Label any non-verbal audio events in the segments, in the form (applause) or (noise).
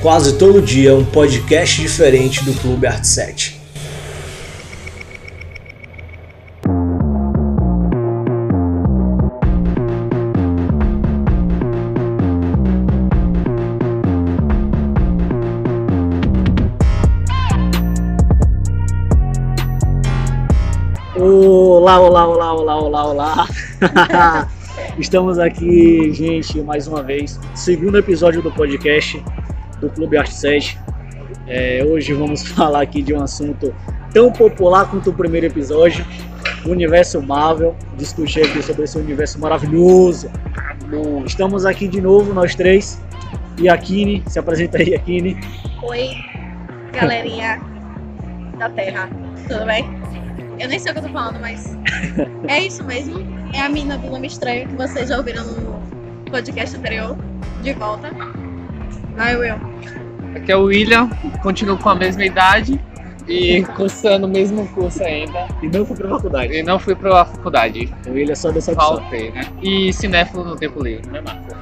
Quase todo dia um podcast diferente do Clube Arte 7. Olá, olá, olá, olá, olá, olá. (laughs) Estamos aqui, gente, mais uma vez. Segundo episódio do podcast do Clube Arte 7. É, hoje vamos (laughs) falar aqui de um assunto tão popular quanto o primeiro episódio, o universo Marvel. Discutir aqui sobre esse universo maravilhoso. Estamos aqui de novo, nós três. E a Kine, se apresenta aí, Akine. Oi, galerinha da Terra, tudo bem? Eu nem sei o que eu tô falando, (laughs) mas é isso mesmo. É a mina do nome estranho que vocês já ouviram no podcast anterior, de volta. Vai, Will. Aqui é o William, continuo com a mesma idade e cursando o mesmo curso ainda. E não foi pra faculdade. E não fui pra faculdade, Então ele é só dessa opção. faltei, né? E cinéfilo no tempo livre, né, Marco?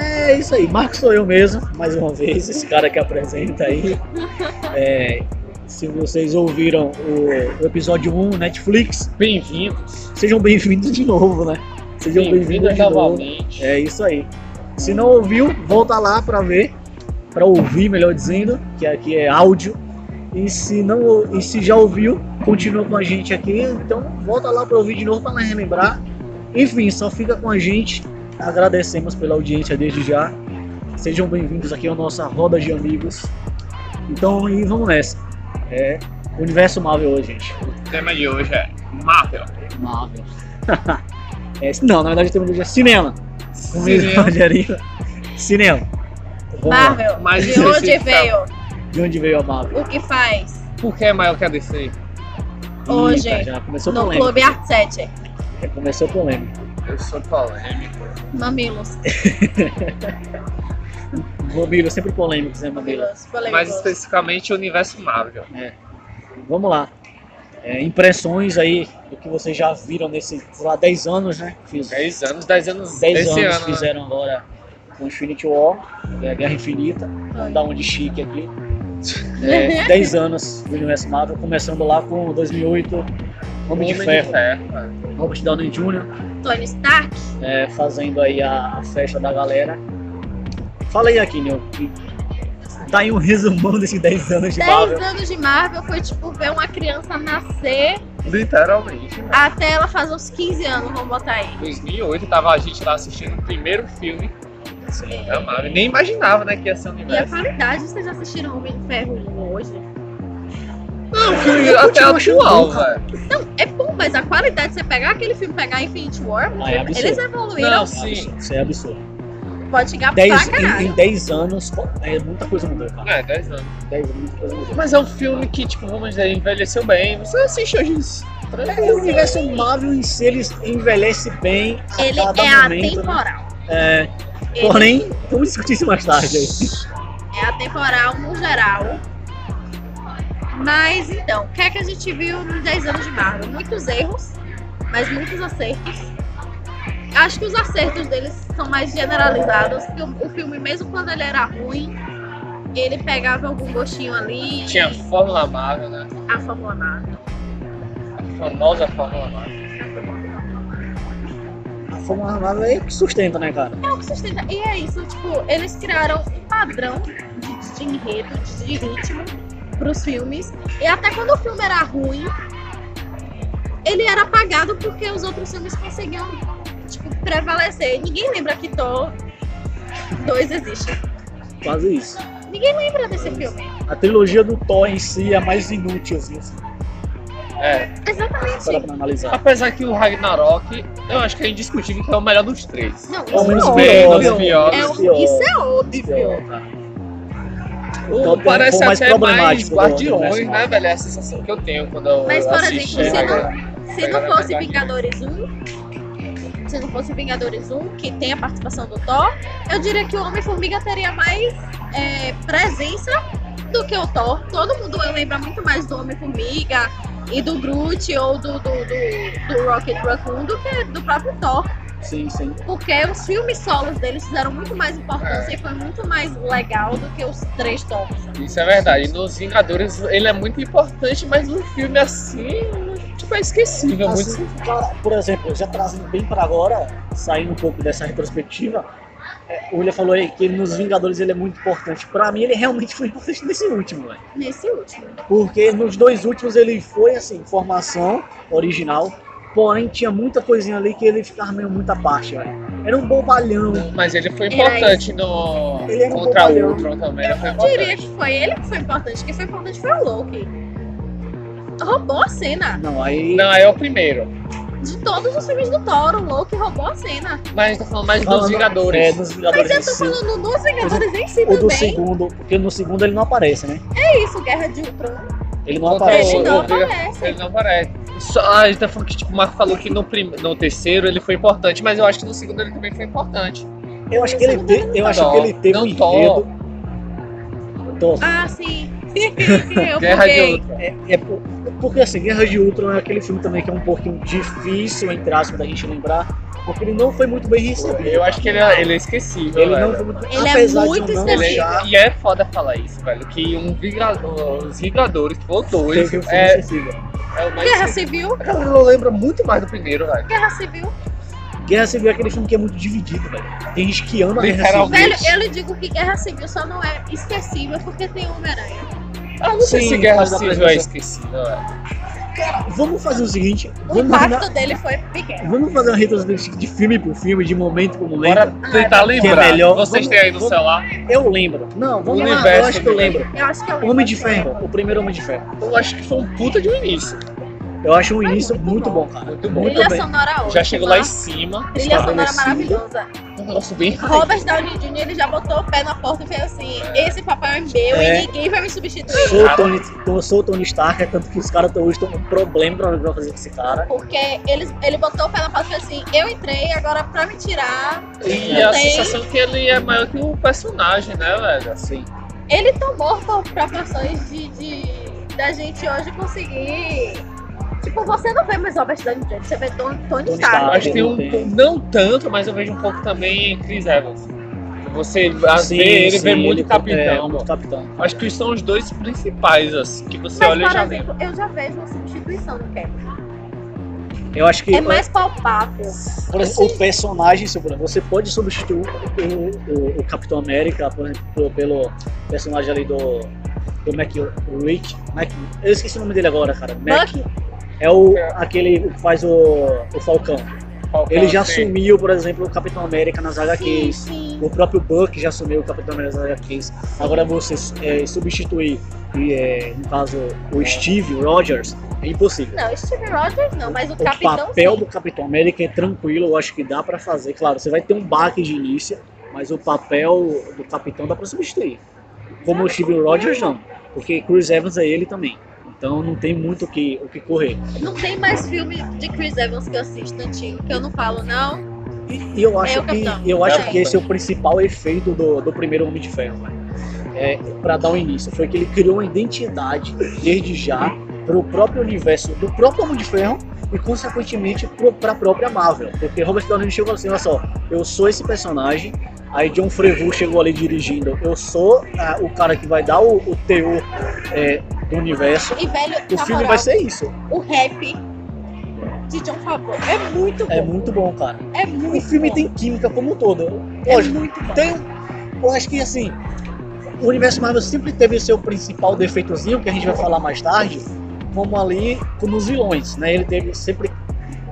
É isso aí, Marcos sou eu mesmo, mais uma vez, esse cara que apresenta aí. É, se vocês ouviram o, o episódio 1 Netflix, Bem-vindos. sejam bem-vindos de novo, né? Sejam Bem-vindo bem-vindos de novo. novamente. É isso aí. Se não ouviu, volta lá pra ver, pra ouvir, melhor dizendo, que aqui é áudio. E se não, ou- e se já ouviu, continua com a gente aqui, então volta lá pra ouvir de novo pra relembrar. Enfim, só fica com a gente. Agradecemos pela audiência desde já. Sejam bem-vindos aqui à nossa roda de amigos. Então, e vamos nessa. É Universo Marvel hoje, gente. O tema de hoje é Marvel. Marvel. (laughs) É, não, na verdade o tema de hoje é cinema. Um Como diz o Cinema. Rogerinho. Cinema. Vamos lá. Marvel, (laughs) Mas de isso é onde essencial. veio? De onde veio a Marvel? O que faz? (laughs) Por que é maior que a DC? Hoje, Eita, já começou no polêmica. Clube Art 7. Já começou polêmica. Eu sou polêmico. Mamilos. Mobílio, sempre polêmicos, né, Mobílio? Mamilos. Mais polêmicos. especificamente o universo Marvel. Vamos lá. É, impressões aí do que vocês já viram nesses, sei lá, 10 anos, né? Fiz 10 anos, 10 anos 10 esse anos ano. né? fizeram agora com Infinity War, que é a Guerra Infinita. Vamos dar um de chique aqui. É, 10 anos do Universo Marvel, começando lá com 2008, Homem de Ferro, Ferro. é. Robert Downey Jr., (laughs) Tony Stark. é, fazendo aí a, a festa da galera. Fala aí, Aquino, que tá aí um resumão desses 10 anos de 10 Marvel. anos de Marvel foi tipo ver uma criança nascer Literalmente, né? até ela fazer uns 15 anos, vamos botar aí. 2008 tava a gente lá assistindo o primeiro filme Sim. da Marvel. Nem imaginava, né, que ia ser o E a universo. qualidade, vocês já assistiram Homem de Ferro 1 hoje? Não, filme Eu até continuo achando atual, bom, velho. É bom, mas a qualidade, você pegar aquele filme, pegar Infinity War, Ah, é absurdo. eles evoluíram, Não, sim. Isso é absurdo. pode chegar pra 10, em, caralho. em 10 anos, pô, é, muita coisa mudou, cara. É, 10 anos. 10 anos, muita coisa mudou. Mas é um filme que, tipo, vamos dizer, envelheceu bem. Você assiste hoje em É, o universo Marvel em si ele envelhece bem. A Ele cada é momento, né? atemporal. É, Ele porém, vamos discutir isso mais tarde. aí. é atemporal no geral. Mas então, o que é que a gente viu nos 10 anos de Marvel? Muitos erros, mas muitos acertos. Acho que os acertos deles são mais generalizados. que O o filme, mesmo quando ele era ruim, ele pegava algum gostinho ali. Tinha a Fórmula Marvel, né? A Fórmula Marvel. A famosa Fórmula Marvel. A Fórmula Marvel é que sustenta, né, cara? É o que sustenta. E é isso, tipo, eles criaram um padrão de, de enredo, de, de ritmo pros filmes. E até quando o filme era ruim, ele era apagado porque os outros filmes conseguiam, tipo, prevalecer. Ninguém lembra que Thor 2 existe. Quase isso. Ninguém lembra desse filme. A trilogia do Thor em si é a mais inútil, assim, se É. parar Exatamente. pra analisar. Apesar que o Ragnarok, eu acho que é indiscutível que é o melhor dos três. Não, É um dos isso é bem, óbvio. dos piores. É um dos um- piores. isso é óbvio. O Então, tem um parece pouco mais até mais problemático do Guardiões, universo né, Marvel. velho? É a sensação que eu tenho quando eu Mas, por assisti. assim, exemplo, se né? não- É. Se não Agora fosse vai dar Vingadores 1, se não fosse Vingadores 1, que tem a participação do Thor, eu diria que o Homem-Formiga teria mais é, presença do que o Thor. Todo mundo lembra muito mais do Homem-Formiga e do Groot ou do, do, do, do Rocket Raccoon do que do próprio Thor. Sim, sim. Porque os filmes solos deles fizeram muito mais importância e foi muito mais legal do que os três tomes. Isso é verdade. Nos Vingadores ele é muito importante, mas no filme assim, tipo, é esquecível. muito Assim, cara, por exemplo, já trazendo bem pra agora, saindo um pouco dessa retrospectiva, é, o William falou aí que ele nos Vingadores ele é muito importante. Pra mim, ele é realmente foi importante nesse último, velho. Nesse último. Porque nos dois últimos ele foi, assim, formação original, porém tinha muita coisinha ali que ele ficava meio muita parte, velho. Era um bobalhão. Mas ele foi Era importante no Ele era um contra o bobalhão. Ultron também. Ele foi Eu diria importante. que foi ele que foi importante. Quem foi importante foi o Loki. Roubou a cena. Não, aí... Não, é o primeiro. De todos os filmes do Thor, o Loki roubou a cena. Mas tá falando mais falando- dos Vingadores. É, dos Mas Vingadores eu tô em si. falando dos Vingadores em si O do também. segundo, porque no segundo ele não aparece, né? É isso, Guerra de Ultron. Ele não Contra aparece. Ele o- não o- aparece. Ele não aparece. Só, a gente tá falando que tipo, o Marco falou que no, prim... no terceiro ele foi importante, mas eu acho que no segundo ele também foi importante. Eu acho que ele, te, eu acho Thor. que ele teve um Não, Thor. enredo. Thor, Ah, sim. eu Guerra de buguei. Ultron. É, é por- porque assim, Guerra de Ultron é aquele filme também que é um pouquinho difícil, entre aspas, da gente lembrar, porque ele não foi muito bem recebido. Eu acho que ele é, ele é esquecível. Ele velho. não foi muito Ele é apesar muito de eu não Ele- esquecido. achar, E é foda falar isso, velho. Que um Vingador, os Vingadores, que foi o dois, teve um filme é, acessível. é o mais. Guerra esquecido. Civil. A galera não lembra muito mais do primeiro, velho. Guerra Civil. Guerra Civil é aquele filme que é muito dividido, velho. Tem gente que ama Guerra Civil. Literalmente. Velho, eu lhe digo que Guerra Civil só não é esquecível porque tem Homem-Aranha. Ah, não sei Sim, se Guerra mas dá pra Civil é dizer. esquecível, velho. Cara, vamos fazer o seguinte, O vamos, na- impacto dele foi pequeno. vamos fazer uma retrospectiva de filme por filme, de momento por momento. Bora tentar lembrar. é melhor. Vocês Vamos- têm aí no vamos- celular? Eu lembro. Não, vamos lá, eu Universo acho que eu Vingadores. lembro. Eu acho que é o Homem de Ferro, o primeiro Homem de Ferro. Eu acho que foi um puta de um início. Eu acho o início muito bom, cara. Muito bom. Muito Trilha bem. sonora hoje. Já chegou lá em cima. Trilha sonora estabelecida. maravilhosa. Um negócio bem Robert Downey Jr. ele já botou o pé na porta e fez assim: esse papel é meu É. e ninguém vai me substituir. Sou o Tony, eu sou o Tony Stark, é tanto que os caras tão- hoje estão com problema pra pra fazer com esse cara. Porque ele, ele botou o pé na porta e fez assim: eu entrei, agora pra me tirar. E a Tem. sensação que ele é maior que o personagem, né, velho? Assim. Ele tomou por proporções de, de- da gente hoje conseguir. Tipo, você não vê mais Robert Downey Jr., você vê Don- Tony Tony Eu Stark. Stark. acho que tem um. Tem. Não tanto, mas eu vejo um pouco também em Chris Evans. Você Sim, vê, ele sim, vê muito é, capitão. muito capitão. Acho que são os dois principais, assim, que você Mas, olha e por já lembra. exemplo, eu já vejo uma substituição no Kevin. Eu acho que É mais palpável. por exemplo, o personagem, seu Bruno, você pode substituir o, o- o Capitão América, por exemplo, pelo- pelo personagem ali do. Do Mac Rick. Mac, eu esqueci o nome dele agora, cara. Mac. Bucky, É o aquele que faz o, o Falcão. é Ele já sumiu. assumiu, por exemplo, o Capitão América nas sim, HQs. sim. O próprio Buck já assumiu o Capitão América das HQs. Agora você é, substituir, e, é, no caso, o Steve Rogers, é impossível. Não, Steve Rogers não, mas o, O Capitão papel sim. do Capitão América é tranquilo, eu acho que dá pra fazer. Claro, você vai ter um baque de início, mas o papel do Capitão dá pra substituir. Como o Steve Rogers, não. Porque Chris Evans é ele também. Então não tem muito o que, o que correr. Não tem mais filme de Chris Evans que eu assisto antigo, que eu não falo, não. E, e eu acho, o Capitão. que, eu acho É. que esse é o principal efeito do, do primeiro Homem de Ferro, velho. É, para dar o início. Foi que ele criou uma identidade, desde já, pro próprio universo do próprio Homem de Ferro e, consequentemente, pro, pra própria Marvel. Porque Robert Downey chegou assim, olha só, eu sou esse personagem, aí John Frevo chegou ali dirigindo, eu sou ah, o cara que vai dar o, o teor é, do universo. E velho, O na filme moral, vai ser isso. o rap de John Favreau é muito bom. É muito bom, cara. É O muito filme bom. tem química como um todo. É Lógico, muito bom. Tem, eu acho que assim, o universo Marvel sempre teve seu principal defeitozinho, que a gente vai falar mais tarde, como ali, como os vilões, né? Ele teve sempre.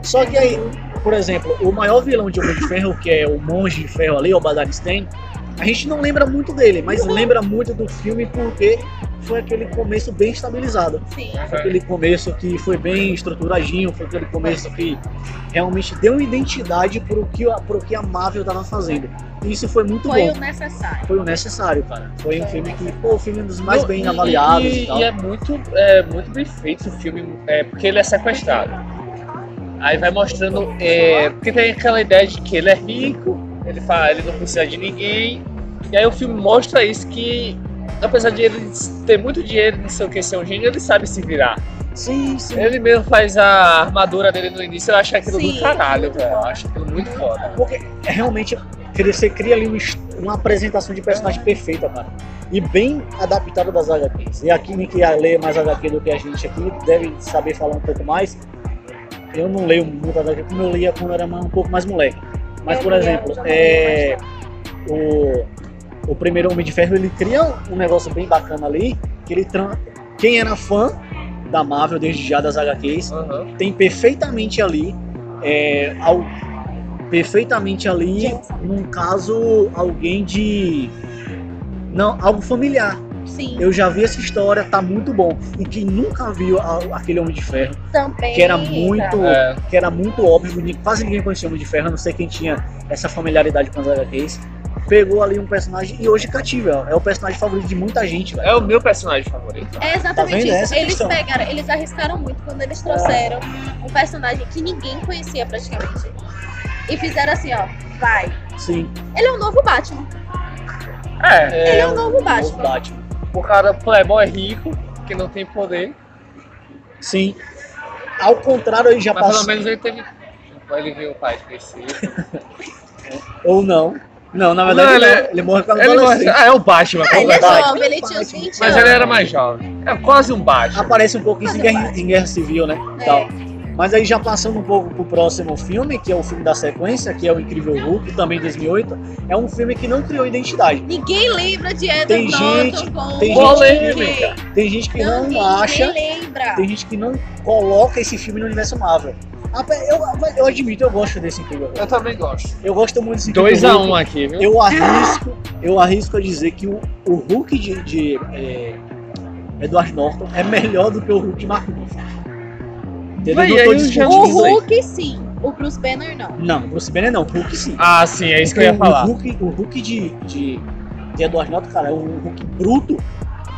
Só que aí, por exemplo, o maior vilão de Homem de Ferro, que é o Monge de Ferro ali, o Badar Stein, a gente não lembra muito dele, mas lembra muito do filme porque foi aquele começo bem estabilizado. Sim. é. Foi aquele começo que foi bem estruturadinho, foi aquele começo que realmente deu uma identidade para o que, a- pro que a Marvel estava fazendo. E isso foi muito Foi um bom. o necessário. Foi o necessário, cara. Foi um Foi filme que, pô, o filme é um dos mais Não, bem e- avaliados e, e, tal. e é muito, é muito bem feito o filme, é, porque ele é sequestrado. Aí vai mostrando. É, porque tem aquela ideia de que ele é rico, ele fala, ele não precisa de ninguém. E aí o filme mostra isso que apesar de ele ter muito dinheiro, não sei o que, ser um gênio, ele sabe se virar. Sim, sim. Ele mesmo faz a armadura dele no início, eu acho aquilo Sim, do caralho, muito velho. Eu bom. acho aquilo muito foda. Porque é realmente você cria ali um est- uma apresentação de personagem perfeita, cara. E bem adaptada das HQs. E a Kimi que lê mais HQ do que a gente aqui deve saber falar um pouco mais. Eu não leio muito HQ como eu lia quando era mais- um pouco mais moleque. Mas, Eu por lia, exemplo, eu já não leio é, o, o primeiro Homem de Ferro ele cria um negócio bem bacana ali. Que ele tran- Quem era fã da Marvel desde já das HQs Aham. tem perfeitamente ali é, al- perfeitamente ali num caso alguém de não algo familiar Sim, eu já vi essa história tá muito bom e quem nunca viu a- aquele homem de ferro também. que era tá? muito É, que era muito óbvio ni- quase ninguém conhecia o homem de ferro a não sei quem tinha essa familiaridade com as HQs pegou ali um personagem e hoje cativa é o personagem favorito de muita gente velho. é o meu personagem favorito. É Tá exatamente vendo? isso. Essa é a Eles questão. Ah. pegaram, eles arriscaram muito quando eles trouxeram um personagem que ninguém conhecia praticamente. E fizeram assim, ó, vai. sim Ele é um novo Batman. É, Ele é, é um novo o Batman. Batman o cara playboy é rico, que não tem poder, sim ao contrário ele já mas passou pelo menos ele teve. Ele viu o pai esquecido. Ou não. Não, na verdade Não, ele, é- ele- ele morre com a Ele adolescente. ah, é o Batman, Ah, ele é Batman. jovem, ele tinha uns Batman. 20 mas anos. ele era mais jovem. É quase um Batman. Aparece um pouco isso em Mas guerra, bate. em Guerra Civil, né? e É. Tal. Mas aí já passando um pouco pro próximo filme, que é o filme da sequência, que é o Incrível Hulk, também 2008, é um filme que não criou identidade. Ninguém lembra de Edward Tem gente- Norton como tem Polêmica. Tem gente que Não, não, ninguém acha, lembra. tem gente que não coloca esse filme no universo Marvel. Ape- Eu, eu admito, eu gosto desse Incrível Hulk. Eu também gosto. Eu gosto muito desse Incrível 2x1 Hulk. aqui, viu? Eu arrisco, eu arrisco a dizer que o, o Hulk de, de é, Edward Norton é melhor do que o Hulk de Mark Ruffalo. Entendeu? Mas não tô aí eu já discutindo O isso aí. Hulk sim, o Bruce Banner não. Não, Bruce Banner não, Hulk sim. Ah, sim, é isso que eu ia O- falar. O Hulk, o Hulk de, de, de Edward Norton, cara, é um Hulk bruto.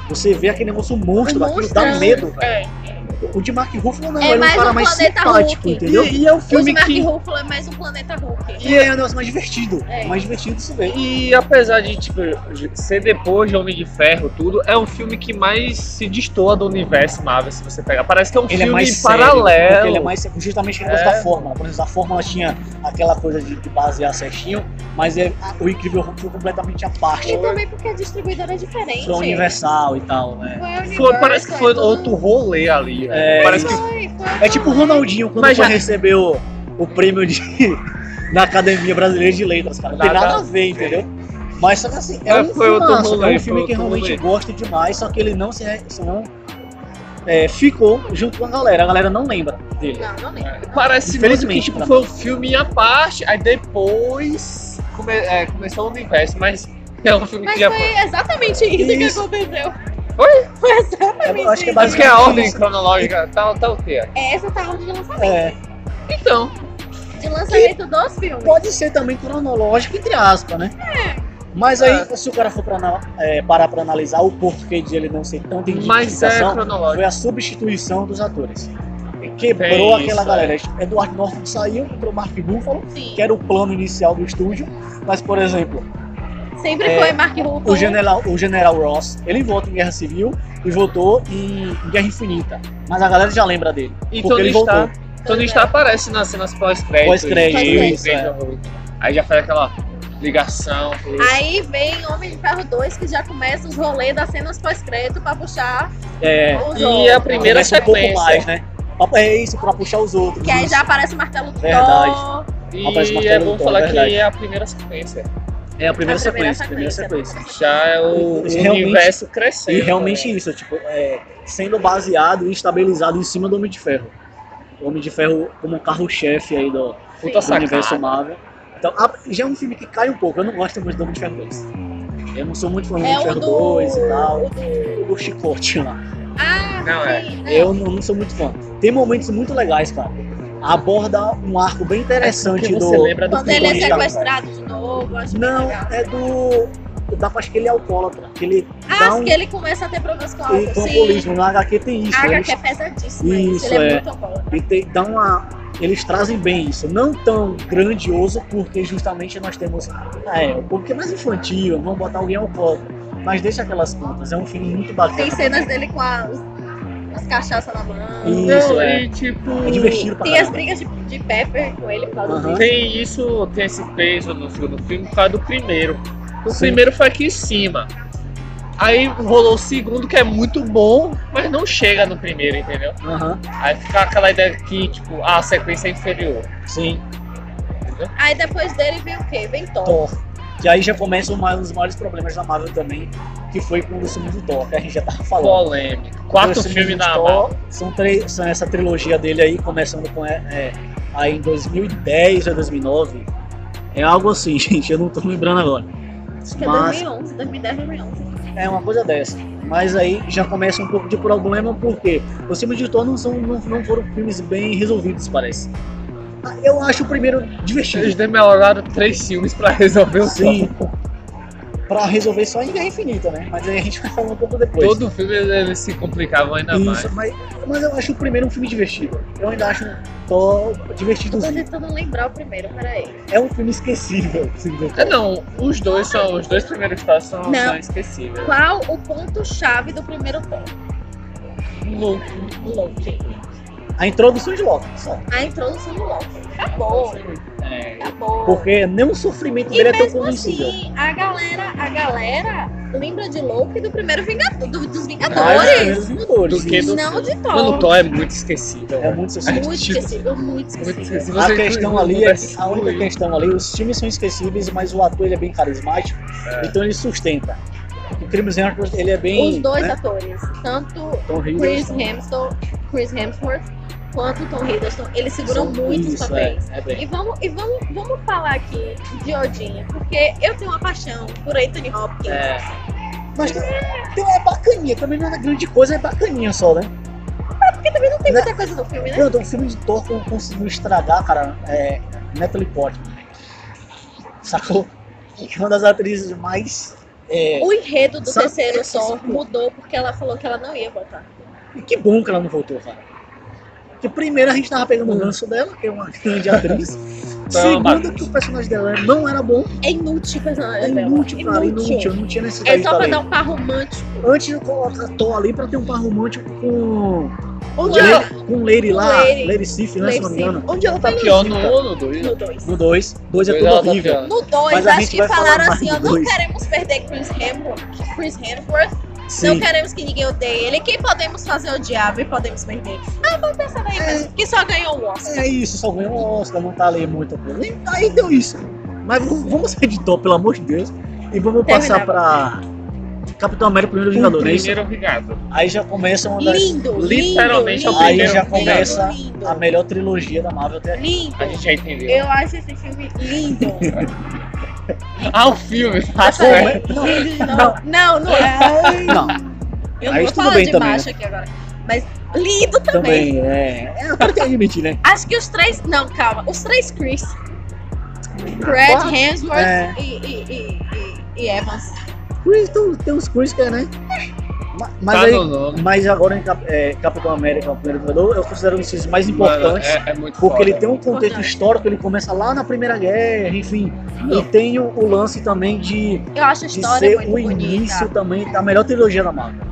Você vê aquele negócio monstro, Um aquilo dá monstrão. medo. velho. É. O de Mark Ruffalo não, É ele é um mais cara um mais planeta simpático, Hulk. entendeu? E, é o O de filme Mark que... Ruffalo é mais um planeta Hulk. E é um negócio mais divertido, É. mais divertido de se ver. E apesar de tipo, de ser depois de Homem de Ferro, tudo, é um filme que mais se destoa do universo Marvel, se você pegar. Parece que é um Ele é filme mais sério, paralelo. porque ele é mais sério, justamente por causa É. da fórmula. Por exemplo, a fórmula tinha aquela coisa de, de basear certinho, mas é, o Incrível Hulk foi completamente à parte E também porque a distribuidora é diferente. do Universal e tal, né? Foi Foi- Universal, parece que foi tudo. outro rolê É, ali. velho. parece que Foi, foi. É tipo o Ronaldinho, quando Mas foi já- receber o, o prêmio de, (laughs) na Academia Brasileira de Letras, cara. Não tem Nada nada a ver, entendeu? Mas só que assim, é É, um, foi outro filmaço, rolê, é um filme foi que outro realmente rolê. gosto demais, só que ele não se re- se não, é, ficou junto com a galera. A galera não lembra dele. Não, não lembro. Parece muito que Infelizmente, tipo, pra foi um filme à parte, aí depois come- é, começou o universo, mas é um filme Mas que já foi exatamente isso, Isso. que aconteceu. Foi? Foi exatamente Eu acho que é isso. Acho que a basicamente ordem isso. cronológica tá, tá o quê? Essa tá a ordem de lançamento. É, Então, De lançamento dos filmes. pode ser também cronológico, entre aspas, né? É. Mas aí, se o cara for pra, ana- é, parar pra analisar o porquê de ele não ser tão de mas é identificação, cronológico. foi a substituição dos atores. Quebrou Tem aquela É isso, galera. Edward Norton saiu, entrou Mark Ruffalo, Sim. que era o plano inicial do estúdio. Mas, por exemplo, Sempre É, foi Mark Ruffalo. Uhum. o general, o general Ross, ele volta em Guerra Civil e voltou em Guerra Infinita. Mas a galera já lembra dele. E porque Tony ele voltou. Stark, Tony Stark aparece nas cenas pós-crédito. Pós-crédito, e- isso, é. Aí já faz aquela ligação. tudo. Aí vem Homem de Ferro 2, que já começa os rolês das cenas pós-crédito pra puxar É, os E outros. a primeira- começa um pouco sequência. mais, né? É isso, pra puxar os outros. Que aí isso. já aparece o martelo do Verdade. Thor. Aparece E martelo é do bom Thor, falar verdade. que é a primeira sequência. É a primeira A primeira sequência, primeira sequência. né? sequência. Já é o, o E realmente- universo crescendo. né? E realmente isso, tipo, é, sendo baseado e estabilizado em cima do Homem de Ferro. O Homem de Ferro como carro-chefe aí do, né? Puta do sacada. universo Marvel. Então, ah, já é um filme que cai um pouco. Eu não gosto muito do Homem de Ferro 2. Eu não sou muito fã do Homem É de o Ferro do... 2 e tal. o do- O chicote lá. Ah, Não, é. sim. né? Eu não, não sou muito fã. Tem momentos muito legais, cara. Aborda um arco bem interessante Porque do. É você lembra do Quando ele é protagonista, cara. sequestrado de novo, acho que Não, legal. é do. Da parte que ele é alcoólatra. Que ele Ah, dá um. que ele começa a ter problemas com E álcool, com sim. alcoolismo. Na HQ tem isso. né? A eles- HQ é pesadíssima, isso. Isso, Ele é, é. muito alcoólatra. E tem, dá uma, eles trazem bem isso, não tão um grandioso, porque justamente nós temos ah, é, o público é mais infantil, vamos botar alguém ao colo. mas deixa aquelas pontas. É um filme muito bacana. Tem cenas dele com as, as cachaças na mão. Isso, Não, é. e tipo. É divertido pra Tem as caramba. brigas de, de Pepper com ele por causa Aham. disso. Tem isso, tem esse peso no segundo filme por causa do primeiro. O Sim. primeiro foi aqui em cima. Aí rolou o segundo, que é muito bom, mas não chega no primeiro, entendeu? Aham, Aí fica aquela ideia que, tipo, ah, a sequência é inferior. Sim, Aí depois dele vem o quê? Vem Thor. Thor. Que aí já começa uma- um dos maiores problemas da Marvel também, que foi com o filme do Thor, que a gente já tava falando. Polêmico. Quatro Os filmes do na mão. Thor são, três, são essa trilogia dele aí, começando com é, é, aí em 2010 ou 2009. É algo assim, (laughs) gente, eu não tô lembrando agora. Acho que é Mas- 2011, 2010, 2011. É uma coisa dessa. Mas aí já começa um pouco de problema, porque os filmes de Thor não, são, não, não foram filmes bem resolvidos, parece. Ah, Eu acho o primeiro Eles divertido. demoraram três filmes pra (laughs) resolver o filme. Sim. Pra resolver só em Guerra Infinita, né? Mas aí a gente vai falar um pouco depois. Todo filme eles se complicavam ainda mais. Isso, mas, mas eu acho o primeiro um filme divertido. Eu ainda acho Thor divertido. Eu tô tentando lembrar o primeiro, peraí. É um filme esquecível. se dizer. É, não, os dois são. Os dois primeiros filmes são, Não. são esquecíveis. Qual o ponto-chave do primeiro Thor? Luke. Loki. A introdução de Loki, só. A introdução do Loki. Acabou, É, acabou. Porque nenhum sofrimento E dele é tão mesmo convencível. assim, a galera, a galera lembra de Loki do primeiro Vingador, do- dos Mas, é Vingadores. dos Vingadores. Do que do- não de Mano, o Thor. Thor é muito esquecível. É velho. muito sofrimento. Muito esquecido, muito Muito esquecido. esquecível. A Você questão não ali é conversa que com a única ele. questão ali, os times são esquecíveis, mas o ator ele é bem carismático, então ele sustenta. O Crimes Records ele é bem. Os dois né? atores, tanto Tom Chris Hiddleston, Hemsworth, Chris Hemsworth quanto Tom Hiddleston, eles seguram são- muito isso, sua vez. É, é bem. E vamos, e vamos, vamos falar aqui de Odin, porque eu tenho uma paixão por Anthony Hopkins. É. Mas então é bacaninha, também não é grande coisa, é bacaninha só, né? Porque também não tem muita coisa no filme, né? Pronto, um filme de Thor que conseguiu estragar, cara, é Natalie Portman. Sacou? (laughs) Que é uma das atrizes mais. é, O enredo do Só- terceiro som mudou porque ela falou que ela não ia votar. E que bom que ela não voltou, cara. Porque primeiro a gente tava pegando o Hum. ranço dela, que é uma grande atriz. Segundo, bagunça. que o personagem dela não era bom. É inútil o É personagem dela. inútil, cara. Inútil. Não tinha necessidade É de só estar pra ali. dar um par romântico. Antes eu coloco a Thor ali pra ter um par romântico com. Onde com ela- Lady- Com Lady lá. Lady- Lady Sif, né? Se Lady não me Sif. engano. Onde ela Tá tá pior no Fica. 1 ou no 2? no 2. No 2. 2 é tudo Ela tá horrível. pior. No Mas 2, a acho gente que vai falar falaram mais assim, ó, do não dois. queremos perder Chris Hemsworth, Chris Hemsworth não Sim. queremos que ninguém odeie ele, quem podemos fazer odiável e podemos perder. Ah, vamos pensar daí mesmo, que só ganhou o Oscar. É isso, só ganhou o Oscar, não tá ali muito. coisa. E Aí deu isso. Mas v- vamos sair de Thor, pelo amor de Deus. E vamos passar pra. Capitão América, primeiro Vingador, não é isso? Primeiro Vingador. Aí já começa uma das. Lindo, Literalmente é o lindo, Aí lindo, já lindo, começa lindo, a melhor trilogia da Marvel até aqui. lindo. A gente já entendeu. Eu acho esse filme lindo. Ah, o filme. Eu falei, é? certo. lindo de novo. Não, não é. Não, Eu Aí não vou tudo falar bem de também, né? baixo aqui agora. Mas lindo também. também, é. É, eu quero que admitir, né? Acho que os três. Não, calma. Os três Chris. Fred, Quatro? Hemsworth É. e, e- e- e- e Evans. Chris, tem, tem uns Chris que é, né? Ma- Mas, tá aí, no nome. mas agora em Cap- é, Capitão América, o primeiro jogador, eu considero um dos filmes mais Mano, importantes. é, é muito Porque foda. ele tem um contexto Importante. histórico, ele começa lá na Primeira Guerra, enfim. E tem o, o lance também de, Eu acho a de história é ser muito o bonita. início também da melhor trilogia da Marvel.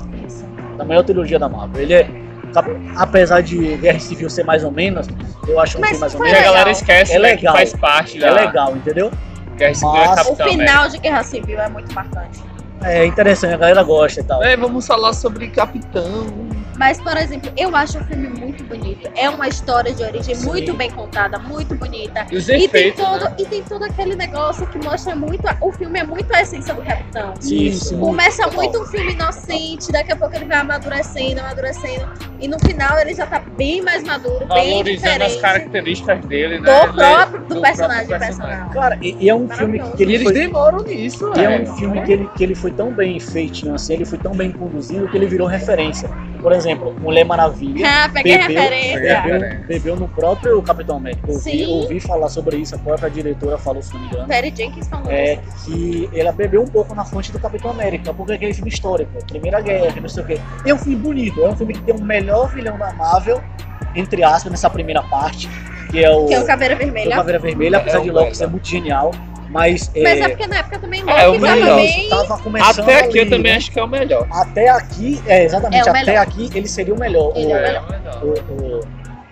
Da melhor trilogia da Marvel. Ele é, cap- apesar de Guerra Civil ser mais ou menos, eu acho um Mas filme mais ou foi E a menos. legal. galera esquece, É né, legal. que faz parte da É legal, entendeu? Guerra Civil e Mas- O Capitão né? América. final de Guerra Civil é muito marcante. É interessante, a galera gosta e tal. É, vamos falar sobre Capitão. Mas, por exemplo, eu acho o filme muito bonito. É uma história de origem Sim. muito bem contada, muito bonita. E os E tem, efeitos. todo, né? e tem todo aquele negócio que mostra muito. a- o filme é muito a essência do Capitão. Isso. Começa muito um filme inocente, daqui a pouco ele vai amadurecendo, amadurecendo. E no final ele já tá bem mais maduro, bem Valorizando as diferente. características dele, Do né? Ele- próprio do, do personagem próprio personal. Cara, e, e é um filme Maravilhoso. que E ele eles foi, demoram nisso, e é velho. um filme que ele, que ele foi tão bem feitinho assim, ele foi tão bem conduzido que ele virou referência. Por exemplo, Mulher Maravilha Ah, peguei Bebeu, referência. É. bebeu, bebeu no próprio Capitão América. Eu ouvi, Sim. ouvi falar sobre isso, a própria diretora falou, se não me engano. Perry Jenkins falou É isso. que ela bebeu um pouco na fonte do Capitão América, porque é aquele filme histórico, Primeira Guerra, não sei o quê. E é um filme bonito, é um filme que tem o melhor vilão da Marvel, entre aspas, nessa primeira parte, que é o, Que é o Caveira que é o Vermelha. Caveira Vermelha, apesar É o de Loki Vela. ser muito genial. Mas, Mas é é, tá? porque na época também Ah, é o Loki tava melhor. bem. tava começando Até aqui eu ali, também né? acho que é o melhor. Até aqui, é, exatamente, É o até melhor. aqui ele seria o melhor. Ele o, é o melhor. o- o-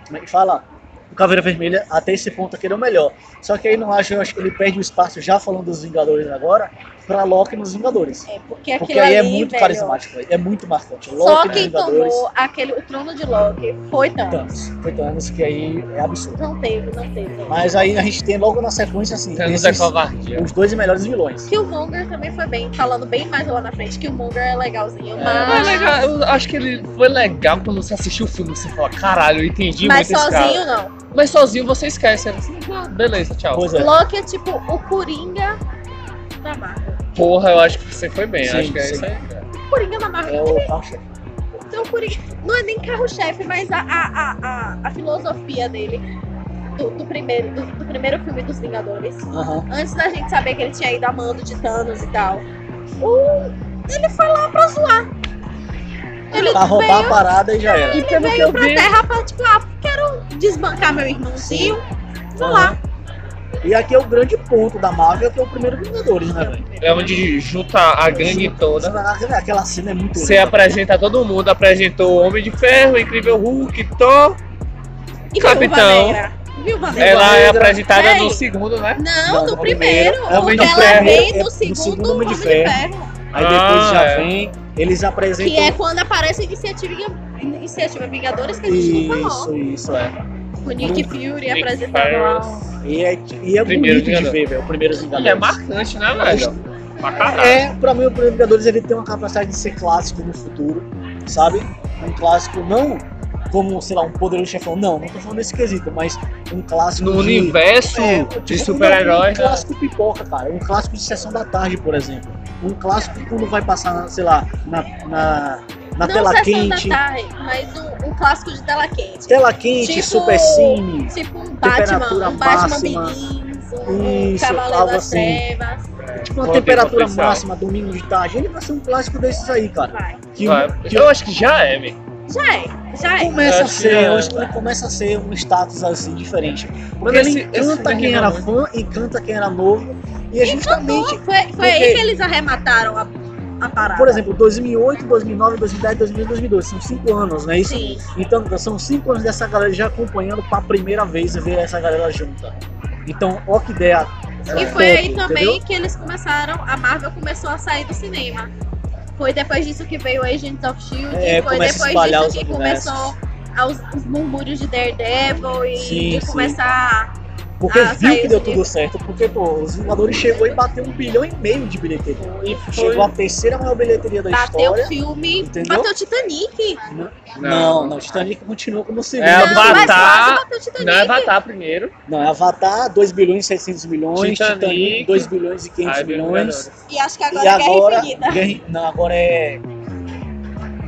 como é que fala? O Caveira Vermelha, até esse ponto aqui ele é o melhor. Só que aí não acho, eu acho que ele perde o espaço, já falando dos Vingadores agora, pra Loki nos Vingadores. É, porque aquilo Porque aí é ali, muito velho, carismático, né, velho, é muito marcante. Só Loki nos quem Vingadores, tomou aquele, o trono de Loki foi Thanos. Thanos. Foi Thanos, que aí é absurdo. Não teve, não teve. Mas aí a gente tem logo na sequência, assim, Thanos é esses- covardia. os dois melhores vilões. Killmonger também foi bem, falando bem mais lá na frente. Killmonger é legalzinho, Mas é mas, legal, eu acho que ele foi legal quando você assistiu o filme, você fala, caralho, eu entendi mas muito esse sozinho não. cara. Mas sozinho você esquece. Aí você, "Ah, beleza, tchau. Pois é. Loki é tipo o Coringa da Marvel. Porra, eu acho que você foi bem. Sim, acho que é sim. isso aí. cara. O Coringa da Marvel. É o Archer. Então, o Coringa não é nem carro-chefe, mas a, a, a, a, a filosofia dele do, do primeiro, do, do primeiro filme dos Vingadores. Aham. Antes da gente saber que ele tinha ido amando de Thanos e tal. O, ele foi lá pra zoar. Ele Pra roubar veio- a parada e já era. E pelo que eu veio pra vi, terra pra, tipo, ah, quero desbancar meu irmãozinho. Vou lá. E aqui é o grande ponto da Marvel, que é o primeiro Vingadores, né, velho? é onde junta a gangue toda. Aquela cena é muito Você apresenta todo mundo, apresentou o Homem de Ferro, Incrível Hulk, Thor. E Capitão. Viúva Negra. Viúva Negra. Ela é Negra. apresentada Véi. no segundo, né? Não, Não, do no primeiro. primeiro. É o Homem porque de ela Ferro. vem É do do segundo, segundo Homem Homem de de Ferro. Aí depois Ah, já é. vem, eles apresentam. Que é quando aparece a iniciativa, iniciativa Vingadores que a gente não Isso, falou. isso, é. O Nick Fury Nick apresentando lá. o- E é, e é Primeiro bonito de Vingador. ver, velho, o primeiro Vingadores. Ele é marcante, né, velho? Pra caralho. É, pra mim, o primeiro Vingadores ele tem uma capacidade de ser clássico no futuro, sabe? Um clássico não como, sei lá, um poderoso chefão, não, não tô falando desse quesito, mas um clássico No de... universo É, de tipo, super-heróis, né? Um clássico pipoca, cara. Um clássico de sessão da tarde, por exemplo. Um clássico que quando vai passar, sei lá, na, na, na Não tela Sessão quente. da Tarde, mas um, um clássico de tela quente. Tela quente, Tipo- super cine. Tipo um Batman, Temperatura um Batman máxima. Begins, um Isso, Cavaleiro algo das assim. Trevas. Tipo, uma Pô, tem temperatura potencial. máxima, domingo de tarde. Ele vai ser um clássico desses aí, cara. Vai. Que, Vai. que Ah, Eu acho que já é, velho. Já é, já é. começa a acho que ser, é. eu acho que ele começa a ser um status assim diferente. Porque Mas ele esse- esse encanta filme quem era não, né? fã, encanta quem era novo. E Então, é justamente Foi, foi Porque- aí que eles arremataram a, a parada. Por exemplo, 2008, 2009, 2010, 2011, 2012, são cinco anos, né? Isso. Sim. Então, são cinco anos dessa galera já acompanhando pra primeira vez ver essa galera junta. Então, ó que ideia. E top, foi aí também É entendeu? que eles começaram, a Marvel começou a sair do cinema. Foi depois disso que veio Agents of Shield, É, começa foi a depois espalhar disso os que universos. começou aos, os murmúrios de Daredevil e Sim, de sim. começar. Porque Ah, viu saiu que deu esse tudo certo. Porque, pô, os Vingadores chegou e bateu um bilhão e meio de bilheteria. E Chegou a terceira maior bilheteria da Bateu o história. filme, entendeu? bateu Titanic. Não, não, Titanic continua como segundo. É, Não, Avatar. mas quase Avatar- bateu Titanic. Não é Avatar primeiro. Não, é Avatar, 2 bilhões e 600 milhões. Titanic, Titanic. 2 bilhões e 500 Aí vem o milhões. Vingadores. E acho que e agora, agora. é Guerra Infinita. Guerra- Não, agora é.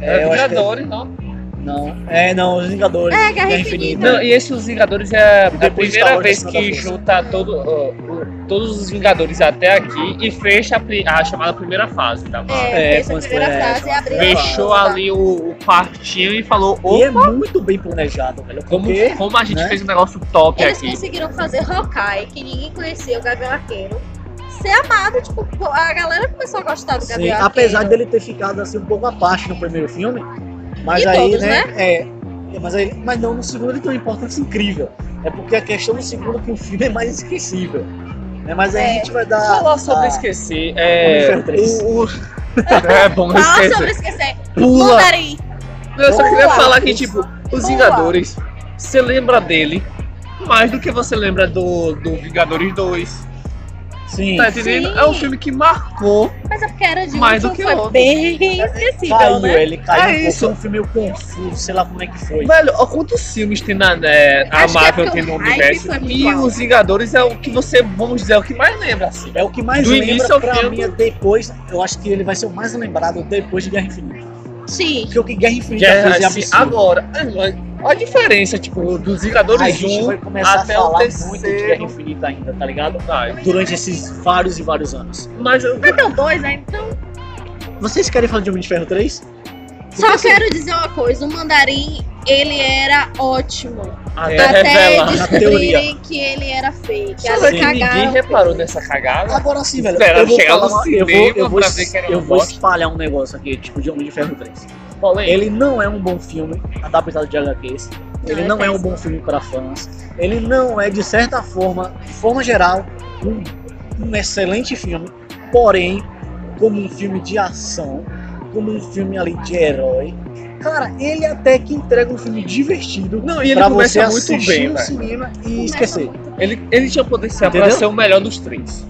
É, eu acho que Vingadores, não. Não. É, não, os Vingadores. É, Guerra Infinita. Não, e esse Os Vingadores é a Depois Star primeira Wars, tá vez Cima que da Força. junta todo, ó, o- todos os Vingadores até aqui e fecha a, pri- a chamada primeira fase da Marvel. É, É, fez a quando- primeira é, frase e abriu a Fechou segunda. ali o, o quartinho e falou, E ô, é muito bem planejado, velho. como, Porque como a gente né? fez um negócio top Eles aqui. conseguiram fazer Hawkeye, que ninguém conhecia, o Gavião Arqueiro, ser amado, tipo, a galera começou a gostar do Sim, Gavião apesar Arqueiro. dele ter ficado assim um pouco à parte no primeiro filme, mas E aí, todos, né? É, é, mas aí, mas não no segundo ele tem uma importância incrível. É porque a questão do segundo que o filme é mais esquecível. Né? Mas aí a É. gente vai dar. Falar sobre dar- esquecer, é... Homem-Ferro três. o- (laughs) o- é bom Fala esquecer. sobre esquecer. Pula! Mandarim. Eu só queria Boa. falar que, tipo, os Boa. Vingadores, você lembra dele mais do que você lembra do, do Vingadores 2. Sim. Tá entendendo? Sim. É um filme que marcou. Mas é porque era de Mais um do que foi outro. bem esquecível, Caiu, né? ele caiu. É um pouco, isso. é um filme meio confuso, sei lá como é que foi. Velho, ó, quantos filmes tem na né, a Acho que é Marvel porque tem no o hype universo? foi muito E alto. os Vingadores é o que você, vamos dizer, é o que mais lembra, assim. É o que mais Do início lembra ao pra fim. mim é depois. Eu acho que ele vai ser o mais lembrado depois de Guerra Infinita. Sim. Porque o que Guerra Infinita Já, fez é assim, absurdo. agora, ah, olha a diferença, tipo, dos a Vingadores gente 1 vai começar a até o falar muito de Guerra terceiro. Infinita ainda, tá ligado? Vai. Durante esses vários e vários anos. Mas eu- Mas tem dois, né? Então, Vocês querem falar de Homem de Ferro 3? assim, só quero dizer uma coisa. O Mandarim, ele era ótimo. Até, Até revelar. des- descobrirem que ele era fake. Só Aí que ninguém cagaram. reparou né? nessa cagada. Agora sim, velho. Espera, eu vou chegar falar no uma- cinema eu vou, eu pra vou, ver que era um eu vou bosta. espalhar um negócio aqui, tipo de Homem de Ferro 3. Polêmica. Ele não é um bom filme adaptado de HQs. Ele Não, não é um péssimo. bom filme para fãs. Ele não é, de certa forma, de forma geral, um, um excelente filme. Porém, como um filme de ação, como um filme ali de herói. Cara, ele até que entrega um filme divertido Não, e ele pra você começa muito assistir bem, no velho. cinema e Começa esquecer. é muito bem. Ele, ele tinha potencial pra Entendeu? ser o melhor dos três.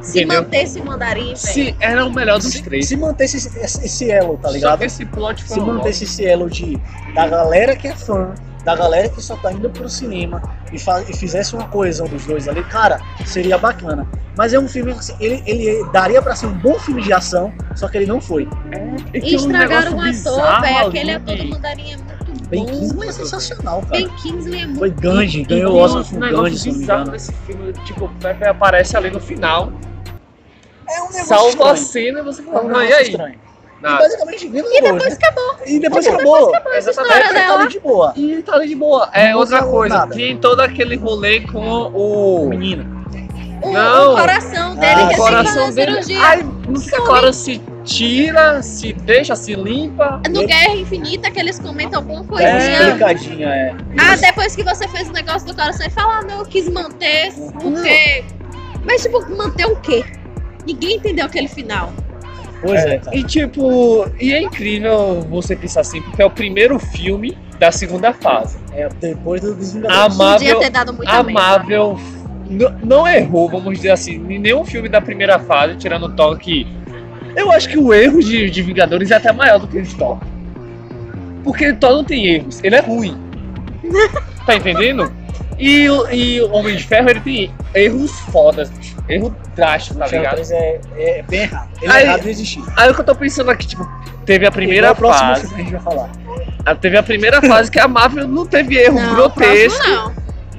Se Entendeu? manter esse mandarim, velho. Se era o melhor dos Se, três. se manter esse, esse- esse elo, tá Só ligado? que esse plot foi se um manter bosta. esse cielo de da galera que é fã, da galera que só tá indo pro cinema e, fa- e fizesse uma coesão dos dois ali, cara, seria bacana. Mas é um filme assim, ele, ele daria pra ser um bom filme de ação, só que ele não foi. E E tem um estragaram negócio né? o ator, bizarro velho. ali. Aquele ator do mandarim é muito Ben bom. Kingsley é sensacional, cara. Ben Kingsley é muito Foi Ganji, E ganhou o tem Oscar uns com negócios Ganji, se não me bizarros engano. um nesse filme, tipo, o Pepe aparece ali no final, É um negócio salva a estranho. cena e você É um fala, "Ah, e negócio aí? Ah. estranho. E Nada. basicamente vira um E depois acabou E depois acabou. É, história Exatamente. Tá ali de boa. E tá ali de boa. É Não outra falou coisa. nada. Tem todo aquele rolê com o. Menina. o, Não. o coração dele, Ah, que o ele tem que coração fazer dele. cirurgia. Ai, não sei se agora se tira, se deixa, se limpa. No Guerra Infinita, que eles comentam alguma É, coisinha. explicadinha, é. Ah, depois que você fez o negócio do coração, ele fala, ah, não, eu quis manter, porque... Mas, tipo, manter o quê? Ninguém entendeu aquele final. Pois é, cara. E tipo, e é incrível você pensar assim, porque é o primeiro filme da segunda fase. É depois do Desvingadores. Amável, Podia ter dado muito a Marvel n- não errou, vamos dizer assim, em nenhum filme da primeira fase, tirando o Thor que Eu acho que o erro de, de Vingadores é até maior do que o de Thor. Porque Thor não tem erros, ele (laughs) é ruim. tá entendendo? E, o- e o Homem de Ferro, ele tem erros fodas, bicho. Erro drástico, tá Channel ligado? 3 é, é bem errado. Ele Aí- é errado de existir. Aí o que eu tô pensando aqui, tipo, teve a Igual primeira o próximo fase. filme que a gente vai falar. Ah, Teve a primeira fase que a Marvel não teve erro não, grotesco. próximo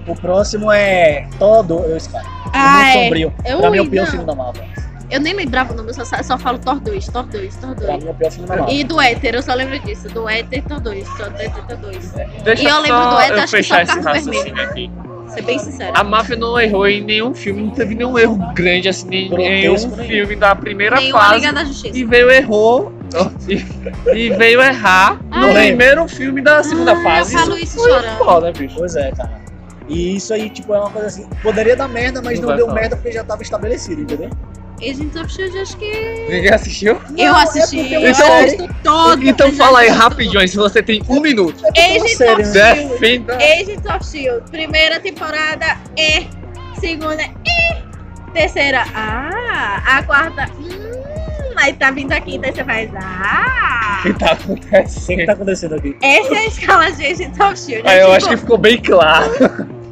não. O próximo é todo eu Sky. Ah, muito é. sombrio. Eu, pra mim é o pior não. filme da Marvel. eu nem lembrava o nome, eu só, só falo Thor 2, Thor 2, Thor Pra 2. mim é o pior tá filme da Marvel. E do Éter, eu só lembro disso. Do Éter, Thor 2, Thor 2, Thor 2. Deixa E eu só lembro do Ed, eu acho que fechar só esse carro vermelho. raciocínio aqui. Ser bem sincero. A Marvel não errou em nenhum filme, não teve nenhum erro grande assim, nem nenhum Grotesco nenhum. filme da primeira Nenhuma fase. Liga da Justiça. E veio errou. E, e veio errar no Ai. primeiro filme da segunda Ah, eu fase. falo isso chorando. foda, bicho. Pois é, cara. E isso aí, tipo, é uma coisa assim. Poderia dar merda, mas Não não, vai deu falar. merda porque já tava estabelecido, entendeu? Agents of Shield, acho que Ninguém assistiu? eu Não, assisti. É porque é eu uma Então- série. assisto todo. então eu já fala aí assisto. rapidinho, se você tem um minuto. É porque é uma Agents série, of né? Defenda. Agents of Shield, primeira temporada é, segunda é, terceira ah, a quarta hum, aí tá vindo a quinta e você faz ah. O que tá O que, que acontecendo? tá acontecendo aqui? Essa é a escala de Agents of Shield. Aí é eu tipo, acho que ficou bem claro.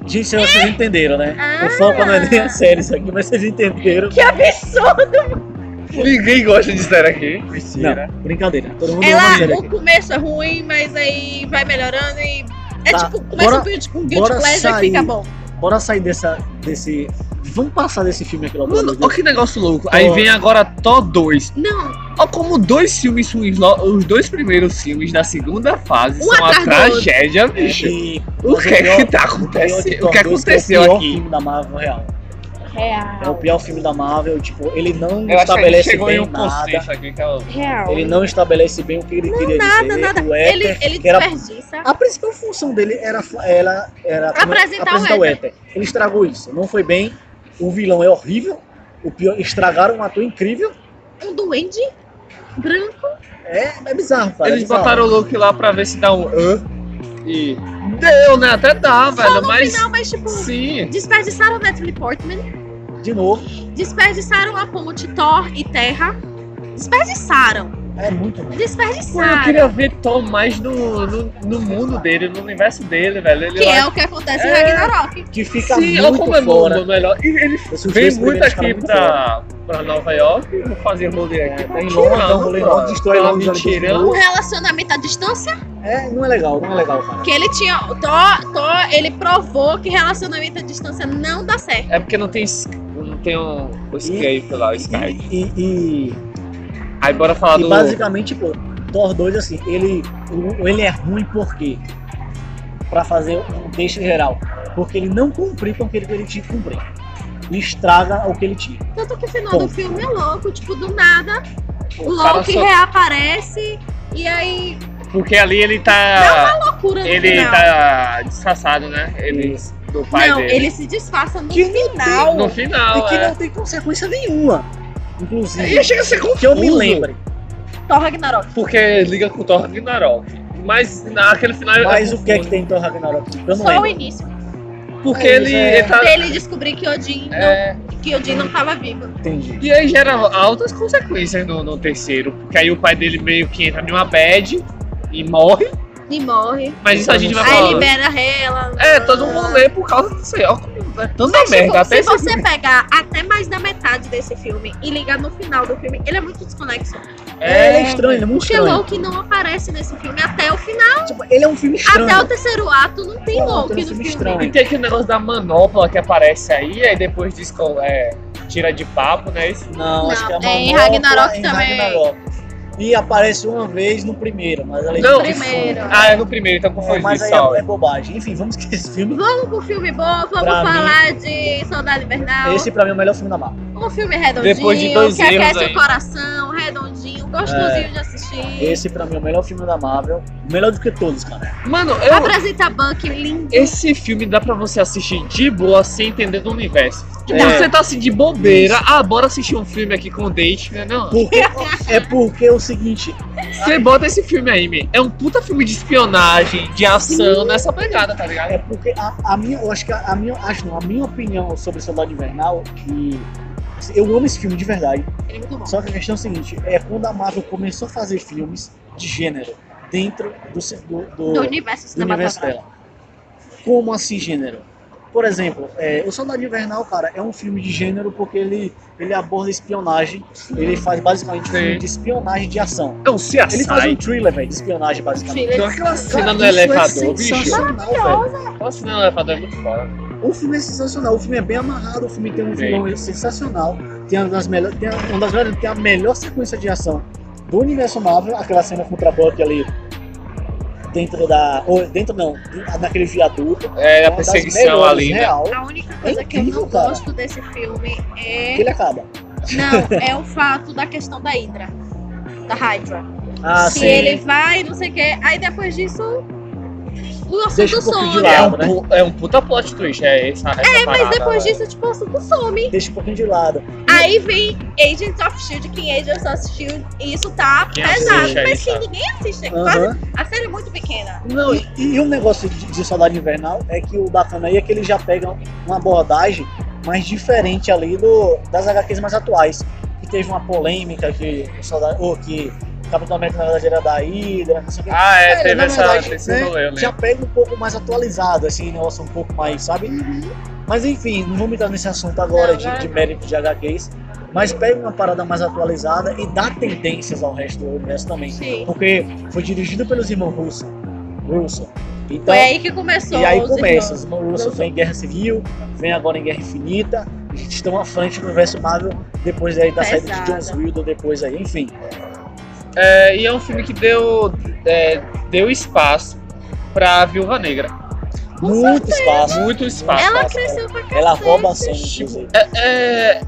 Gente, vocês entenderam, né? Ah. O foco não é nem a série isso aqui, mas vocês entenderam. que absurdo! Ninguém gosta de estar aqui. Mentira. Não, brincadeira. Todo mundo ama a série Ela, aqui. o começo é ruim, mas aí vai melhorando e é Tá, tipo, começa bora- um Guild, um bora guilty pleasure sair. e fica bom. Bora sair dessa, desse. Vamos passar desse filme aqui logo. né? Mano, ó que negócio louco. Aí vem agora Thor 2. Não, Ó como dois filmes ruins, lo- os dois primeiros filmes da segunda fase Um são uma atrás do outro. tragédia, bicho. E é O que é que tá acontecendo? O que aconteceu é o pior aqui? filme da Marvel real. É o real. pior filme da Marvel, tipo, ele não Eu acho que a gente estabelece chegou em bem um nada. consenso aqui que é o- Real. Ele não estabelece bem o que ele queria Nada, dizer. nada. O Ele, éter, ele que era- desperdiça. A principal função dele era, fa- ela, era Apresentar o o éter. Ele estragou isso. Não foi bem. O vilão é horrível. O pior, estragaram um ator incrível. Um duende branco. É, é bizarro, cara. é Eles bizarro. botaram o Luke lá pra ver se dá um. hã? E. Deu, né? Até dá, velho. Mas. Não, mas tipo, Sim. desperdiçaram Natalie Portman. de novo. Desperdiçaram a ponte Thor e Terra. Desperdiçaram. É muito ruim. Pô, eu Desperdiçaram. queria ver Thor mais no, no, no mundo dele, no universo dele, velho. Ele Que lá- é o que acontece em É. Ragnarok. Que fica Sim, olha muito como é fora. mundo melhor. E ele Esse filme Vem esse muito primeiro fica aqui muito fora. pra, pra Nova York, vou fazer rolê aqui. tá É, tem Londres, dá um rolê em Londres, destrói Londres ali dos Mentirão. Um relacionamento à distância. É, não é legal, não é legal, cara. Que ele tinha. o Thor, Thor, ele provou que relacionamento à distância não dá certo. É porque não tem, s- não tem um, o Skype lá, o Skype. E- e- e Aí bora falar E do... basicamente, pô, Thor 2, assim, ele, o- ele é ruim por quê? pra fazer um texto geral. Porque ele não cumpriu com aquilo que ele tinha que cumprir. E estraga o que ele tinha. Tanto que o final Bom. do filme é louco, tipo, do nada, o O cara Loki só- reaparece e aí Porque ali ele dá tá. uma loucura no Ele final. tá disfarçado, né? Ele, do pai Não, dele. ele se disfarça no Que final. No E final, que é. não tem consequência nenhuma. Inclusive. E chega a ser confuso. Que eu me lembre. Thor Ragnarok. Porque liga com o Thor Ragnarok. Mas naquele final. é Mas o que é que confuso. tem em Thor Ragnarok? Eu não Só o lembro. início. Porque Mas ele, é- ele tá. Dele descobrir que Odin não, é, que Odin não tava vivo. Entendi. E aí gera altas consequências no, no terceiro. Porque aí o pai dele meio que entra numa bad e morre. E morre. Mas isso a gente vai Aí falar. libera ela. Tá É, todo mundo lê por causa disso aí. Ó, como é tanta Mas, tipo, merda. até se esse- você pegar até mais da metade desse filme e ligar no final do filme, ele é muito desconexo. É, ele é estranho, ele é muito Porque estranho. Loki não aparece nesse filme até o final. Tipo, ele é um filme estranho. Até o terceiro ato não tem Não, Loki tem no filme filme. estranho. E tem aquele negócio da manopla que aparece aí, aí depois diz que é, tira de papo, né? Isso. Não, acho Não, que é a é em Manopla, Ragnarok em também. Ragnarok. E aparece uma vez no primeiro, mas ela Não, primeiro. Ah, é no primeiro, então É, confundi, mas aí salve. é, é bobagem. Enfim, vamos que esse filme. Vamos pro filme bom, vamos Pra mim- falar de Saudade Invernal. Esse pra mim é o melhor filme da Marvel. Um filme redondinho, Depois de dois que erros aquece aí. É. o coração, redondinho, gostosinho de assistir. Esse pra mim é o melhor filme da Marvel. Melhor do que todos, cara. Mano, eu, Apresenta Buck lindo. é esse filme dá pra você assistir de boa, sem entender do universo. Tipo, É. você tá assim de bobeira, ah, bora assistir um filme aqui com o date, né? Não. Porque, (laughs) é porque é o seguinte, Você bota esse filme aí, man. É um puta filme de espionagem, de ação, nessa pegada, tá ligado? é porque a, a minha, eu acho que a, a minha, acho não, a minha opinião sobre Soldado Invernal é que eu amo esse filme de verdade. Ele é muito bom. Só que a questão é a seguinte, é quando a Marvel começou a fazer filmes de gênero dentro do ci- do, do- Do do universo universo cinematográfico. dela. Como assim gênero? Por exemplo, é, o Soldado Invernal, cara, é um filme de gênero porque ele, ele aborda espionagem. Ele faz basicamente um Sim. filme de espionagem de ação. Não, se Ele faz um thriller, velho, de espionagem, basicamente. Thriller. Aquela Cara, cena no isso é elevador, bicho. sensacional, velho. Aquela cena no elevador é muito foda. O filme é sensacional, o filme é bem amarrado, o filme tem um Bem. vilão sensacional, tem uma das melhores, tem, uma das melhores- tem a melhor sequência de ação do universo Marvel, aquela cena contra a Buck ali dentro da, ou dentro não, naquele viaduto, É, É a uma das perseguição melhores, ali, né? real, A única coisa que eu incrível, não cara. gosto desse filme é. que ele acaba. Não, é o fato da questão da Hydra. Da Hydra. Ah, Se ele vai, não sei o quê. Aí depois disso. O Deixa assunto um pouquinho de some. lado. É um, Bravo, né? pu- é um puta plot twist, é essa, essa É, Mas depois disso, tipo, o assunto some. Deixa um pouquinho de lado. Aí vem Agents of Shield, que em Agents of Shield e isso tá Quem pesado. assiste aí Mas que sabe. ninguém assiste. Quase, Aham. a série é muito pequena. Não, e, e um negócio de, de Saudade Invernal é que o bacana aí é que ele já pega uma abordagem mais diferente ali do, das HQs mais atuais. Que teve uma polêmica que o Saudade, ou que o Capitão América na verdade era da Hydra, não sei o que. Ah, é, Cara, teve na essa, verdade, esse né, rolê, eu lembro. Já pega um pouco mais atualizado, assim, negócio um pouco mais, sabe? Mas enfim, não vamos entrar nesse assunto agora Não, de, agora de não. mérito de HQs. Mas pega uma parada mais atualizada e dá tendências ao resto do universo também. Sim. Porque foi dirigido pelos irmãos Russo. Russo. Então, Foi aí que começou. e aí os começa. Os irmãos. irmãos Russo vem em Guerra Civil, vem agora em Guerra Infinita. Eles estão à frente do universo Marvel depois aí da saída de Pesada. Jones Whedon, depois aí, enfim. É, e é um filme que deu, é, deu espaço pra Viúva Negra. Com Muito espaço. Muito espaço. Ela cresceu pra cacete. Ela rouba a cena, inclusive. É, é, Ela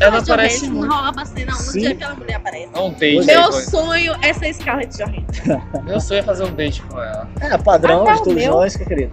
aparece aparece muito. muito. rouba a cena onde Sim. aquela mulher aparece. é um date. Meu depois. sonho é ser Scarlett Johansson. Meu sonho é fazer um date com ela. É padrão Até de o todos meu. nós, que querido.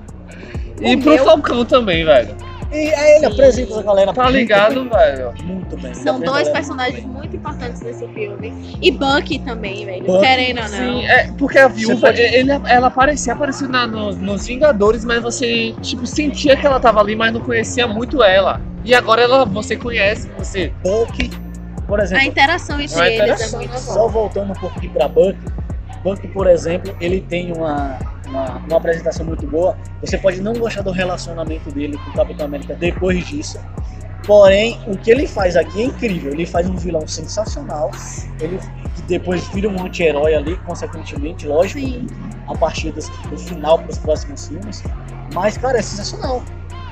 E O pro meu- Falcão também, velho. E aí ele Sim. apresenta essa galera. Tá muito ligado, (laughs) bem. velho? Muito bem. Tá Ele São apresenta dois ela personagens muito muito importantes nesse filme. E Bucky também, velho. Bucky, Querendo ou não. Sim, é, porque a viúva, pode- ele- ela aparecia, apareceu na- no- nos Vingadores, mas você, tipo, sentia que ela tava ali, mas não conhecia muito ela. E agora ela, você conhece, você... bem. Bucky, por exemplo, A interação entre Uma eles interação, é muito boa. Só voltando um pouquinho para Buck, Buck, por exemplo, ele tem uma, uma, uma apresentação muito boa. Você pode não gostar do relacionamento dele com o Capitão América depois disso. Porém, o que ele faz aqui é incrível. Ele faz um vilão sensacional. Ele que depois vira um anti-herói ali, consequentemente, lógico, Sim. a partir dos- do final para os próximos filmes. Mas, cara, é sensacional.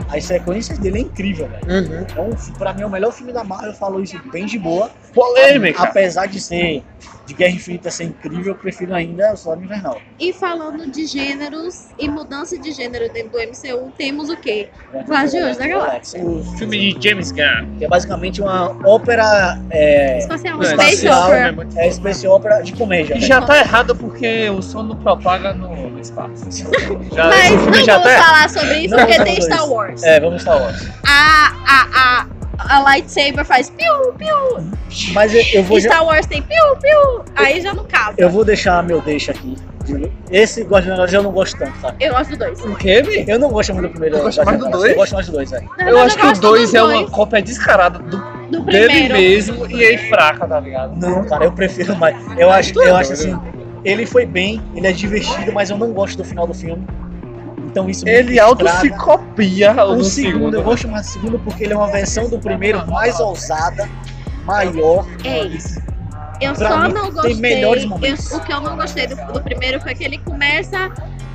As sequências dele é incrível, velho. um é Então, pra mim, é o melhor filme da Marvel. Eu falo isso bem de boa. Polêmica! Apesar de ser de Guerra Infinita ser incrível, eu prefiro ainda o Soldado Invernal. E falando de gêneros e mudança de gênero dentro do MCU, temos o quê? Guardiões da Galáxia. O filme Filme de James Gunn. de- Né? que é basicamente uma ópera é, Espacial, Não, Space espacial, Opera. né? é space opera de comédia. E né? já tá errado porque o som não propaga no, no espaço. Mas Já, esse não filme vamos já tá errado. falar sobre isso Não, porque não, tem não, Star isso. Wars. É, vamos Star Wars. A, a, a, a lightsaber faz piu, piu. Mas eu, eu vou E já, Star Wars tem piu, piu. Aí já não casa. eu vou deixar meu deixa aqui. Esse Guardião da Galáxia eu não gosto tanto, tá? Eu gosto do dois. O quê, velho? Eu não gosto muito do primeiro. Tu gosta mais do Guardião da Galáxia, Eu gosto mais do dois? dois, velho. Na Eu verdade, acho que o gosto 2 um dos é uma dois, cópia descarada do, Do dele primeiro. mesmo e aí fraca, tá ligado? Não, cara, eu prefiro mais. Eu acho, eu doido, acho assim, né? ele foi bem, ele é divertido, mas eu não gosto do final do filme. Então isso me Ele estraga. auto se copia O segundo, o do eu segundo. gosto chamar de segundo porque ele é uma versão do primeiro mais ousada, maior. É isso. Eu Pra só mim, não tem gostei. melhores eu- momentos. o que eu não gostei do, do primeiro foi que ele começa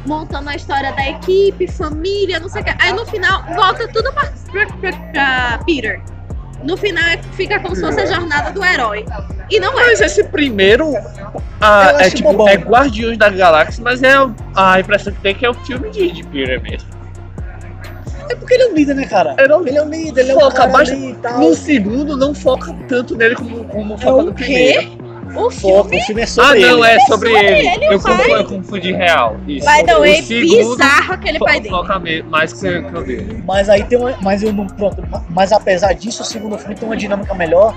montando a história da equipe, família, não sei o que. Aí no final volta tudo pra, pra, pra, pra Peter. No final é fica como se fosse a jornada do herói. E não é. Mas esse primeiro ah, Eu é acho tipo bobão. é Guardiões da Galáxia, mas é a impressão que tem que é o filme de, de Peter mesmo. É porque ele é um líder, né, cara? Ele é um- Ele é um líder, ele é um Foca cara bastante- ali e tal. No segundo não foca tanto nele como, É como foca o no quê? primeiro. O Foca, filme o filme é sobre Ah, não, ele. é sobre sobre ele. ele, eu, o pai. confundi, eu confundi real. Isso. vai dar um o é segundo bizarro aquele pai fo dele. foca me- mais que o que o dele. Mas aí tem uma. Mas eu não. Pronto, mas apesar disso, o segundo filme tem uma dinâmica melhor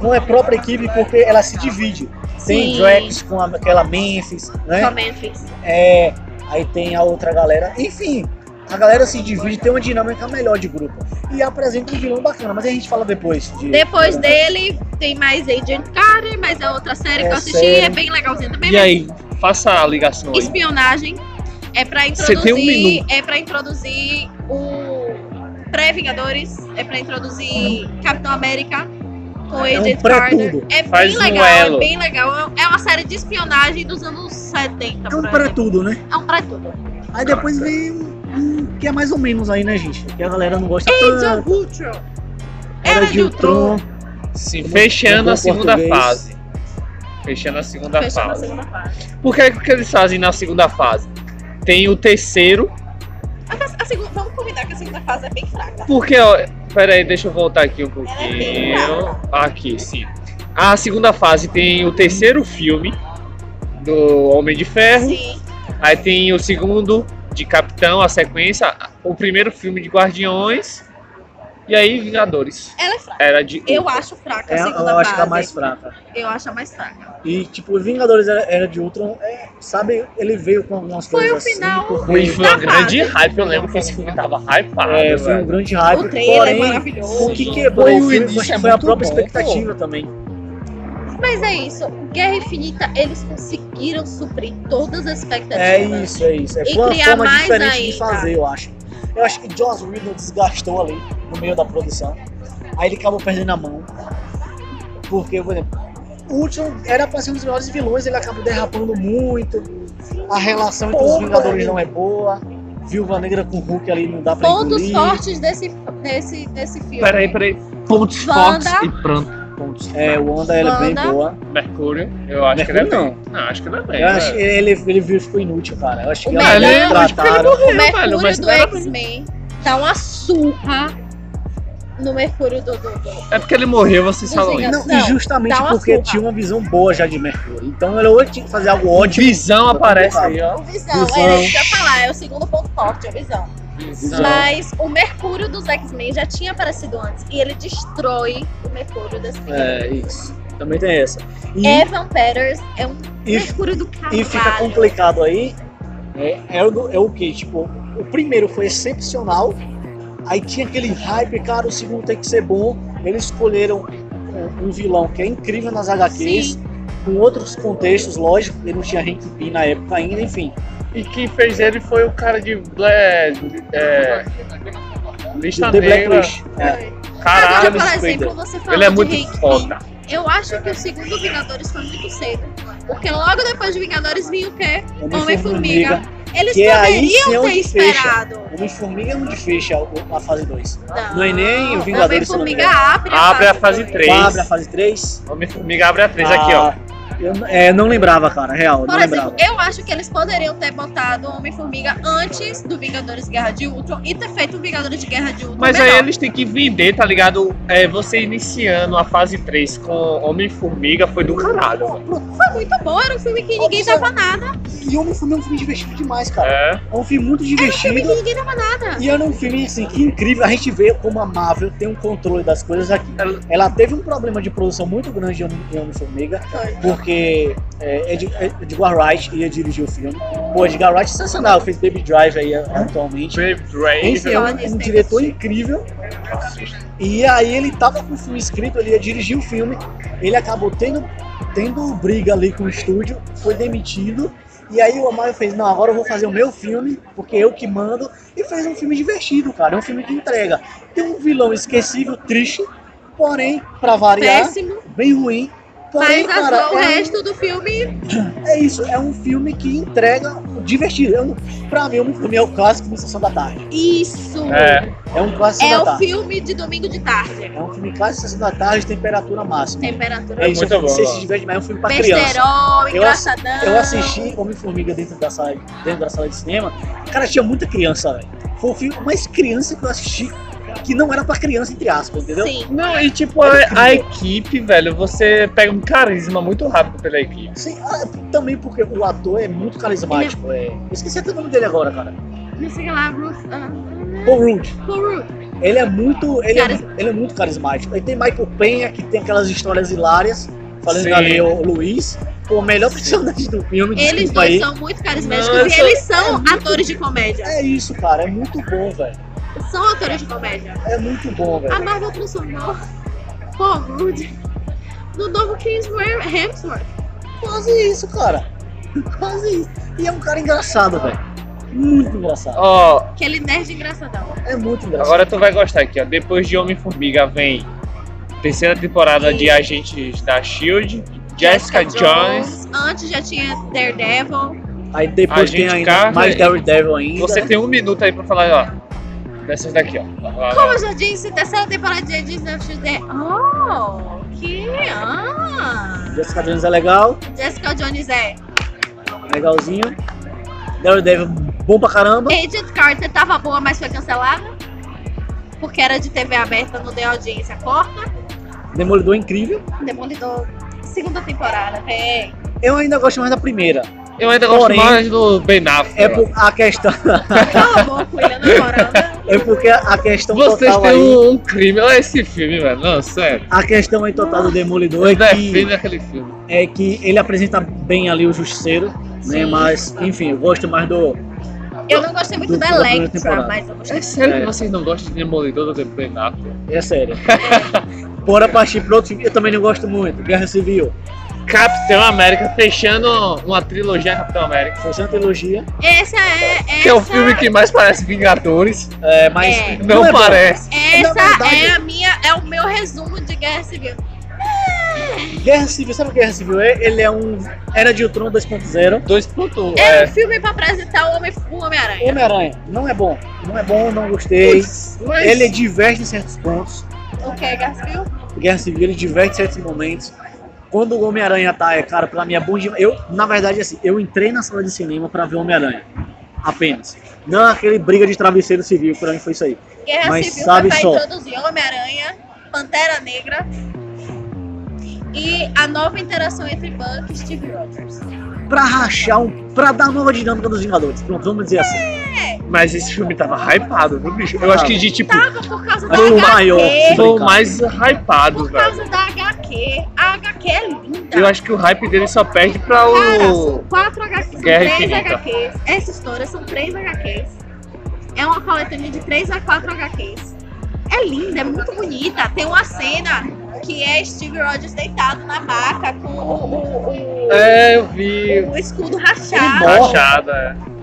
com a própria equipe, porque ela se divide. Tem Sim. Drax com a- aquela Memphis, Tá né? Com Memphis. É, aí tem a outra galera. Enfim, a galera se divide, tem uma dinâmica melhor de grupo. E apresenta um vilão bacana, mas a gente fala depois. de- Depois dele tem mais Agent Carter, mas a outra série que É eu assisti série. é bem legalzinha também. é E aí, faça a ligação aí. espionagem é para Você tem um introduzir minuto. é para introduzir o pré-vingadores é para introduzir Capitão América com É um Agent Carter pré-tudo. é Faz bem um legal elo. é bem legal é uma série de espionagem dos anos 70 É um por pra aí. tudo, né? é um pra tudo Aí depois vem um, um que é mais ou menos aí, né, gente? Que a galera não gosta tanto. John Ultron Era Era de de Ultron. Sim, Como- fechando como a segunda português. fase. Fechando a segunda fechou na fase. segunda parte Por que, é que eles fazem na segunda fase? Tem o terceiro, a, a segunda, vamos combinar que a segunda fase é bem fraca porque, ó, peraí, deixa eu voltar aqui um Ela é bem pouquinho. Aqui, sim. A segunda fase tem o terceiro filme do Homem de Ferro, sim aí tem o segundo de Capitão, a sequência, o primeiro filme de Guardiões, e aí Vingadores. ela é fraca Era de. eu acho fraca a É, segunda eu acho que é a fase mais fraca. eu acho a mais fraca E, tipo, Vingadores Era, Era de Ultron, é, sabe, ele veio com algumas Foi coisas o final- assim, porque- Foi um uma Da grande fase. hype, eu lembro que esse filme tava hypado. É, foi um velho. grande hype, o trailer é porém, maravilhoso o que quebrou Foi o o filme foi início, é foi a muito própria bom, expectativa também. Mas é isso, Guerra Infinita, eles conseguiram suprir todas as É expectativas. isso, é isso. É né? E foi uma criar forma mais diferente de ainda. fazer, eu acho. Eu acho que Joss Whedon desgastou ali, no meio da produção. Aí ele acabou perdendo a mão. Porque, por exemplo, o último era pra ser um dos melhores vilões, ele acabou derrapando muito. A relação entre os Porra, Vingadores velho. não é boa. Viúva Negra com Hulk ali não dá pra Pontos engolir. fortes desse, desse, desse filme. Peraí, peraí. Pontos Wanda. fortes e pranto. Pontos É, o Wanda ela é bem Wanda. boa. Mercúrio, eu acho que ele é bem. Não, acho que ele é bem. Eu acho que velho. ele, ele viu- ficou inútil, cara. Eu acho que O ela melhor- não trataram. O velho, Mercúrio mas do pera- X-Men dá uma surra no Mercúrio do, do, do- É porque ele morreu, vocês Dos falam isso. Vingadores. Não, e justamente Dá uma porque surra. tinha uma visão boa já de Mercúrio. Então ele ou tinha que fazer algo ótimo. Visão aparece aí, ó. O Visão, Visão. era isso que eu ia falar, é o segundo ponto forte, a Visão. Visão. Mas o Mercúrio dos X-Men já tinha aparecido antes e ele destrói o Mercúrio das é. É, isso. Também tem essa. E, Evan Peters é um e, Mercúrio do caralho. e fica complicado aí. É, é, o do- é o que? Tipo, o primeiro foi excepcional. Aí tinha aquele hype, cara, o segundo tem que ser bom. Eles escolheram um, um vilão que é incrível nas HQs, com outros contextos, lógico, porque não tinha Hank Pym na época ainda, enfim. E quem fez ele foi o cara de. Black. é, lista The Black negra. Wish. É. Agora, Caralho, por Squid. exemplo, assim, você falou Ele é de muito Hank Pym. foda. Eu acho que o segundo Vingadores foi muito cedo. Porque logo depois de Vingadores vinha o quê? é, Homem-Formiga. Eles Que é aí sim poderiam ter onde fecha. esperado. Homem-Formiga é onde fecha o- a fase 2. Não. Não é nem o Vingadores, Homem-Formiga abre a Abre a fase dois. fase três. Abre a fase 3. Ah. Homem-Formiga abre a 3 aqui, ó. Eu n- é, não lembrava, cara, real, não Por exemplo, lembrava. eu acho que eles poderiam ter botado Homem-Formiga antes do Vingadores Guerra de Ultron e ter feito o Vingadores de Guerra de Ultron Mas melhor. aí eles têm que vender, tá ligado? É, você iniciando a fase 3 com Homem-Formiga foi do caralho. mano. Foi muito bom, era um filme que ninguém Nossa. dava nada. E Homem-Formiga é um filme divertido demais, cara. É. É um filme muito Era um filme que divertido. ninguém dava nada. E era um filme, assim, que incrível. A gente vê como a Marvel tem um controle das coisas aqui. Ela- Ela teve um problema de produção muito grande em Homem- em Homem-Formiga, porque é, Ed- Edgar Wright ia dirigir o filme. Pô, Edgar Wright é sensacional, fez Baby Drive aí é, atualmente. Brave Drake. Esse é um, um diretor incrível. E aí ele tava com o filme escrito, ele ia dirigir o filme. Ele acabou tendo, tendo briga ali com o estúdio, foi demitido. E aí o Amaro fez, não, agora eu vou fazer o meu filme, porque é eu que mando. E fez um filme divertido, cara. É um filme que entrega. Tem um vilão esquecível, triste, porém, pra variar, Péssimo, bem ruim. Porém, mas cara, azul, o é um- resto do filme é isso, é um filme que entrega o divertido. É um, pra mim, o filme é o clássico de Sessão da Tarde. isso. É, É um clássico É da o tarde. filme de domingo de tarde. É um filme clássico Sessão da Tarde, temperatura máxima. Temperatura. É isso, muito é um filme que bom. você se diverte demais, é um filme pra criança. Besterol, Eu ass- engraçadão. Eu assisti Homem-Formiga dentro da sala, dentro da sala de cinema. Cara, tinha muita criança, velho. Foi o filme mais criança que eu assisti, que não era pra criança, entre aspas, entendeu? Sim. Não, e tipo, a, é, a equipe, velho, você pega um carisma muito rápido pela equipe. Sim, ah, também porque o ator é muito carismático. É... Eu Esqueci até o nome dele agora, cara. Não sei lá, Bruce. ah, Paul Rudd. Paul Rudd. Ele é muito. Ele, Caris- é, ele é muito carismático. Aí tem Michael Penha, que tem aquelas histórias hilárias, falando Sim. ali o Luiz. Pô, o melhor (laughs) personagem do filme, Eles desculpa dois aí. são muito carismáticos Não, eu e sou- eles são atores de comédia. É isso, cara. É muito bom, velho. São atores de comédia. É muito bom, A velho. Marvel transformou Paul Rudd no novo Chris Hemsworth. Quase isso, cara. (laughs) Quase isso. E é um cara engraçado, velho. Muito engraçado. Ó, Aquele nerd engraçadão. É muito engraçado. agora tu vai gostar aqui, ó. Depois de Homem-Formiga vem terceira temporada de Agentes da Shield, Jessica Jones. Antes já tinha Daredevil. Aí depois a tem gente ainda caga mais e- Daredevil ainda. Você tem um minuto aí pra falar, ó. Dessas daqui, ó. Vai lá, Como eu já disse, terceira temporada de Agents of Shield. Oh, que. Ah. Jessica Jones é legal, Jessica Jones é. legalzinho. Daredevil, bom pra caramba. Agent Carter tava boa, mas foi cancelada. Porque era de TV aberta, não deu audiência. Corta. Demolidor é incrível. Demolidor. Segunda temporada, véi. Eu ainda gosto mais da primeira. Eu ainda gosto Porém, mais do Ben Affleck. É por, a questão. Cala a boca, William, na moral. né? É porque a questão Vocês total têm aí. um, um crime. Olha esse filme, velho. Não, sério. A questão aí total do Demolidor é Eu que, defendo aquele filme. é que ele apresenta bem ali o Justiceiro, né? Sim. Mas, enfim, eu gosto mais do. Eu não gostei muito Do- da da primeira Electra, temporada. mas eu gostei. É sério É. que vocês não gostam de Demolidor do Ben Affleck? É (laughs) sério. Bora partir pro outro filme. Eu também não gosto muito. Guerra Civil. Capitão América, fechando uma trilogia Capitão América. Foi só uma trilogia. Essa é. Essa, Que é o filme que mais parece Vingadores. É, mas. É. Não, é bom. parece. essa Na verdade- é a minha. É o meu resumo de Guerra Civil. Guerra Civil, sabe o que Guerra Civil é? Ele é um. Era de Ultron 2.0. 2.1. É um É. filme pra apresentar o Homem- o Homem-Aranha. Homem-Aranha. Não é bom. Não é bom, não gostei. mas- Ele diverte em certos pontos. o que é Guerra Civil? Guerra Civil ele diverte certos momentos. Quando o Homem-Aranha tá, é, cara, pra mim é bom demais. Eu, na verdade, assim, eu entrei na sala de cinema pra ver Homem-Aranha. Apenas. Não aquele briga de travesseiro civil, pra mim foi isso aí. Guerra Mas Civil sabe foi pra só. introduzir Homem-Aranha, Pantera Negra e a nova interação entre Buck e Steve Rogers. Pra rachar, um, pra dar nova dinâmica dos Vingadores. Pronto, vamos dizer assim. Mas esse filme tava hypado, viu, bicho? Eu Tava. acho que de tipo. Tava por causa da Foi o HQ. maior. Foi o Obrigado. mais hypado, Por velho. causa da HQ. A HQ é linda. Eu acho que o hype dele só perde pra Cara, são o. quatro HQs, são Guerra três Infinita. HQs. Essa história são três HQs. É uma coletânea de três a quatro HQs. É linda, é muito bonita. Tem uma cena que é Steve Rogers deitado na maca com o, o- É, eu vi. o escudo Ele rachado. morre. Rachada. é.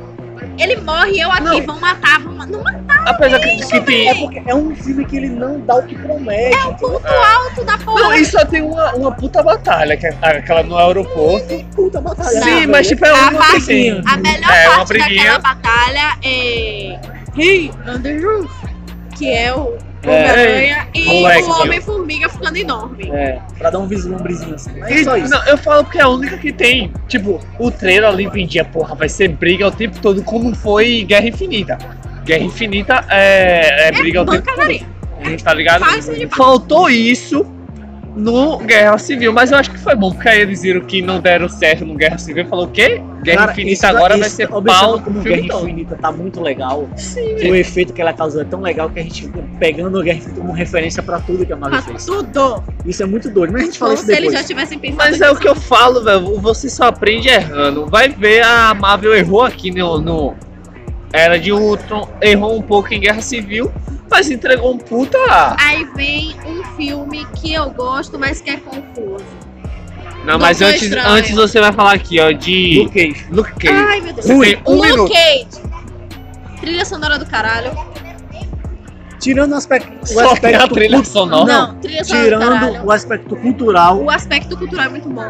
Ele morre, eu aqui, Não. vão matar, vão matar. Não É. matar Apesar que, que É tem. porque é um filme que ele não dá o que promete. entendeu? ponto alto da Não, porra. e só tem uma, uma puta batalha, que é aquela no aeroporto. Que puta batalha. Sim, mas tipo, é A, uma parte- briguinha. Tá, a melhor É, uma parte briguinha. daquela batalha é He on the Roof, que é o Homem-Aranha e um moleque, o meu. Homem-Formiga ficando enorme. É. Pra dar um vislumbrezinho assim. Mas E- é só isso. não, eu falo porque é a única que tem. Tipo, o trailer ali vendia, porra, vai ser briga o tempo todo, como foi Guerra Infinita. Guerra Infinita é, é briga o tempo Pancadaria. todo, tá ligado? Faz ele Faltou isso no Guerra Civil, mas eu acho que foi bom, porque aí eles viram que não deram certo no Guerra Civil e falou o quê? Guerra Cara, Infinita isso- agora vai isso- ser observa pau como no Guerra filme todo. Infinita tá muito legal. Sim, O efeito que ela causa é tão legal que a gente fica pegando a Guerra Infinita como referência pra tudo que a Marvel pra fez. tudo. Isso é muito doido, mas a gente fala Como isso se eles depois. já tivessem pensado. Mas é o que eu falo, velho. Você só aprende errando. Vai ver, a Marvel errou aqui no, no Era de Ultron, errou um pouco em Guerra Civil, mas entregou um puta. Aí vem um filme que eu gosto, mas que é confuso. Não, mas Doutor antes, Estranho. antes você vai falar aqui, ó, de Do queijo. Luke Cage. Ai, meu Deus. Você tem um Luke minuto. Cage. Trilha sonora do caralho. Tirando o aspecto, o Só tem a aspecto trilha cult- sonora. Não, trilha sonora do tirando é um caralho. o aspecto cultural, O aspecto cultural é muito bom.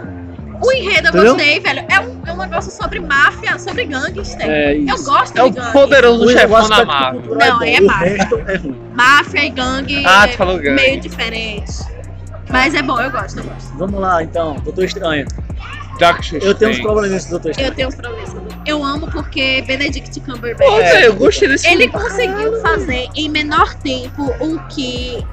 O enredo eu Entendeu? gostei, velho. É um, é um negócio sobre máfia, sobre gangster. é eu isso. tá gosto É o de gangue. poderoso chefão da aspecto Marvel. cultural Não, bom, é o massa. resto é ruim. Máfia e gangue Ah, é tu falou gangue. meio diferente. Mas é bom, eu gosto, eu gosto. Vamos lá, então. Doutor Estranho. Doctor Eu tenho uns Strange. problemas com Doutor Estranho. Eu tenho uns problemas. Eu amo porque Benedict Cumberbatch. É, Pô, velho, eu gostei desse Ele filme. conseguiu fazer em menor tempo o que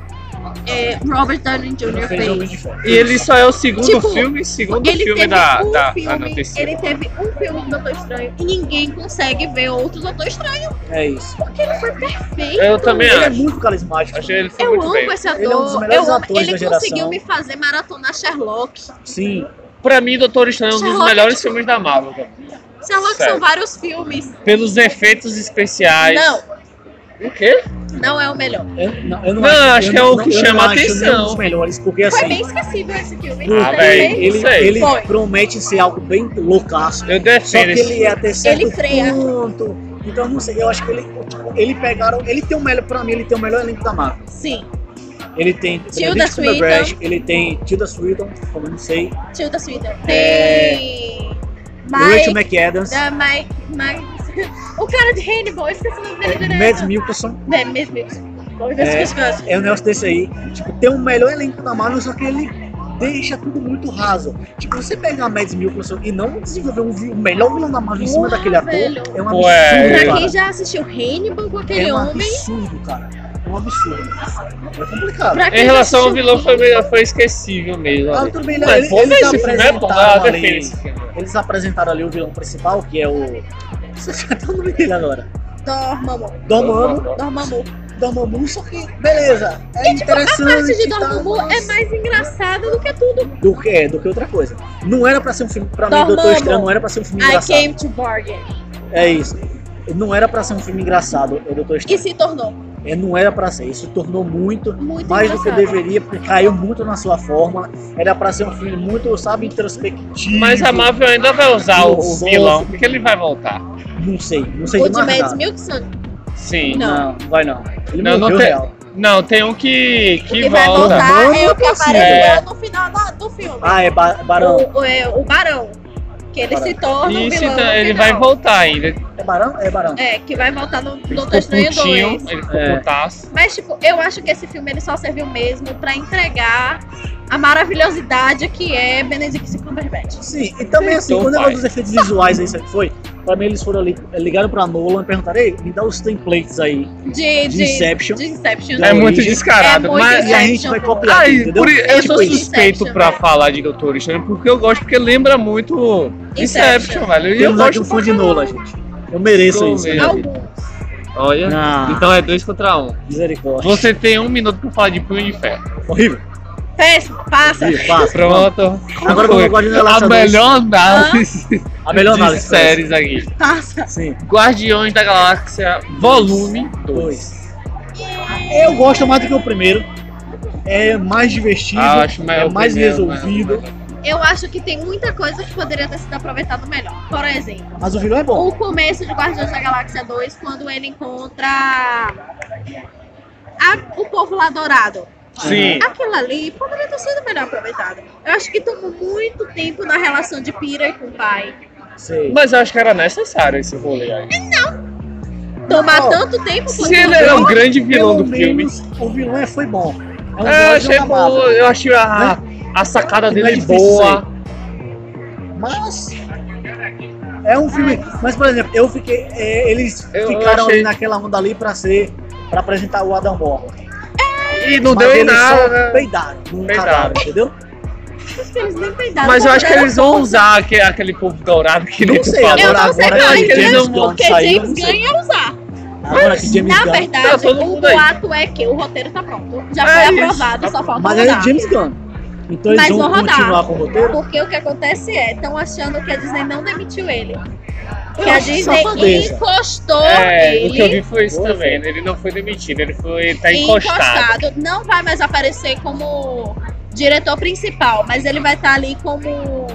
é, Robert Downey Jr. Fez Homem de fez. Ferro. E ele só é o segundo Tipo, filme, segundo Ele filme teve, da, um da, da filme, notícia. ele teve um filme do Doutor Estranho e ninguém consegue ver outro Doutor Estranho É isso. porque ele foi perfeito. Eu também Ele é acho. muito carismático. Achei ele foi Eu muito amo bem. esse ator. Ele é um dos melhores eu amo- atores ele da conseguiu geração. me fazer maratonar Sherlock. Sim. Pra mim, Doutor Estranho é um dos Sherlock. melhores filmes da Marvel, cara. Sherlock Sério. são vários filmes. Pelos efeitos especiais. Não, O quê? não é o melhor. Eu, não, eu Não, acho eu que é o não- que eu não chama a acho atenção. nenhum dos melhores, porque Foi assim. bem esquecível esse filme. Blue Ah, Velho, Ele- velho, ele, isso aí. ele Foi. promete ser algo bem loucaço. Só Eu que defendo esse ele é até certo Ele freia. ponto. Então, não sei, eu acho que ele, tipo, ele pegaram. Ele tem o melhor, pra mim, ele tem o melhor elenco da Marvel. Sim, Ele tem Benedict Swinton. Cumberbatch, ele tem Tilda Swinton, como eu não sei, Tilda Swinton. É. Tem. Rachel Mike. McAdams, Da Mike. Mike. (laughs) O cara de Hannibal, eu esqueci o nome dele Mads direito. Mikkelsen, É, Mads Mikkelsen. Eu É. esqueci o nome. é um negócio desse aí. Tipo, tem o melhor elenco da Marvel, só que ele deixa tudo muito raso. Tipo, você pegar Mads Mikkelsen e não desenvolver um vi- o melhor vilão da Marvel em cima Uau, daquele ator, velho. é um absurdo, Ué, é. Pra cara. quem já assistiu Hannibal com aquele É um homem. absurdo, cara. É um absurdo. É complicado. pra quem Em já relação ao assistiu vilão, foi, meio- foi esquecível mesmo. Ah, ali. tudo bem, Não, né? é bom, mas esse filme é bom. tá, Ah, eu apresentaram defendo ali- esse filme. Eles apresentaram ali o vilão principal, que é o. Você até o nome dele agora. Dormammu. Dormammu, Dormammu. Dormammu, só que beleza, é tipo, A parte interessante de e tal, Dormammu é mas- mais engraçada do que tudo. do que é, do que outra coisa. Não era pra ser um filme, pra mim, Doutor Dormammu. Estranho não era pra ser um filme I engraçado. came to bargain. É isso. Não era pra ser um filme engraçado, o Doutor E Estranho. se tornou É, não era pra ser. Isso tornou muito muito mais do que engraçado. deveria, porque caiu muito na sua fórmula. Era pra ser um filme muito, sabe, introspectivo. Mas a Marvel ainda vai usar o, o Nossa. vilão, porque ele vai voltar. Não sei, não sei O de de mais Mads nada. Mikkelsen. Sim. Não. Não, não vai não. Ele Não, não morreu tem- real. Não, tem um que, O que, que vai volta. voltar é o Mano, que assim, apareceu no final da- do filme. Ah, é ba- Barão. O, o- é, o Barão. Que ele se torna um Isso, vilão. então, no ele final. vai voltar ainda. Ele É Barão? É Barão. É, que vai voltar no Doutor ficou Estranho putinho, 2. ele ficou É. putaço. Mas, tipo, eu acho que esse filme ele só serviu mesmo pra entregar a maravilhosidade que é Benedict Cumberbatch. Sim, e também assim, Então quando vai. negócio dos efeitos visuais aí, sabe o que foi? Pra mim eles foram ali, ligaram pra Nolan e perguntaram, ei, me dá os templates aí De, de de, Inception. de Inception. né? Da É muito origem. descarado, É muito mas E a gente vai copiar, Ai, entendeu? por- É eu sou tipo isso. suspeito Inception, né? pra velho. falar de Doutor Estranho, porque eu gosto, porque lembra muito Inception, Inception. velho. E eu Temos aqui gosto um fã de Nolan, gente. Eu mereço Tô isso. mesmo. né? Alguns. Olha, Ah. então é dois contra um. Misericórdia. Você tem um minuto pra falar de Punho de Ferro. Horrível. Péssimo, passa. Horrível, fácil. Pronto. Agora como eu gosto de A relacionar melhor análise A melhor de análise. séries aqui. Passa. Sim. Guardiões da Galáxia, volume 2. Dois. É, Eu gosto mais do que o primeiro. É mais divertido. Ah, Acho melhor é o mais primeiro, né? resolvido. mas- Eu acho que tem muita coisa que poderia ter sido aproveitado melhor. Por exemplo, Mas o vilão é bom. o começo de Guardiões da Galáxia 2, quando ele encontra a- o povo lá dourado. Sim. Aquilo ali poderia ter sido melhor aproveitado. Eu acho que tomou muito tempo na relação de Peter com o pai. Sei. Mas eu acho que era necessário esse rolê aí. tomar Não. tanto tempo Se ele era um grande vilão do Pelo filme. menos o vilão é, foi bom. É um É, eu vilão achei bom, amável. eu achei a, a sacada Não é dele difícil boa. Mas. É um filme. Mas, por exemplo, eu fiquei. é, eles Eu- eu ficaram achei- naquela onda ali pra ser. pra apresentar o Adam Warlock. E não Mas deu em eles nada, só né? Peidaram. Não Peidaram. cagaram, entendeu? Eles nem pegaram Mas eu pra acho que ver. eles vão usar aque- aquele, povo dourado que nem Não tu sei, falou. Eu agora, não sei, é agora não, que eles James não- Gunn Porque saiu, James não sei. ganha usar. Agora que James Na Gunn. Tá verdade, todo o mundo aí. boato é que o roteiro tá pronto. Já É foi isso. aprovado, só falta Mas rodar. é James Gunn. Então Mas eles vão vão rodar. continuar com o roteiro? Porque o que acontece é, estão achando que a Disney não demitiu ele. Eu que a acho Disney safadeza. encostou É, ele. o que eu vi foi isso Boa, também. né? Ele não foi demitido, ele foi tá encostado. encostado. Não vai mais aparecer como diretor principal, mas ele vai estar ali como.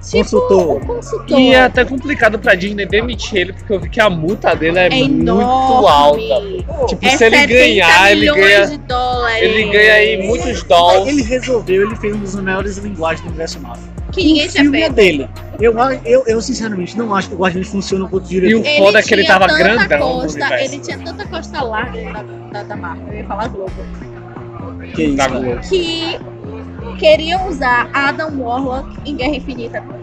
Tipo, Consultor. um consultor. E é até complicado pra Disney demitir ele, porque eu vi que a multa dele é, É muito enorme. alta. Tipo, É se ele 70 ganhar, ele milhões ganha, de dólares. ele ganha aí muitos dólares. Ele resolveu, ele fez um dos melhores linguagens do universo Marvel. Que E ninguém o tinha filme é feito. dele. Eu, a- eu, eu sinceramente não acho que o Guardiões funciona quanto E o diretor. foda é que ele tinha tava tanta grandão no costa- universo. Ele tinha tanta costa larga da, da, da Marvel, eu ia falar Globo, Que é isso, Tá cara. bom. que queriam usar Adam Warlock em Guerra Infinita. né?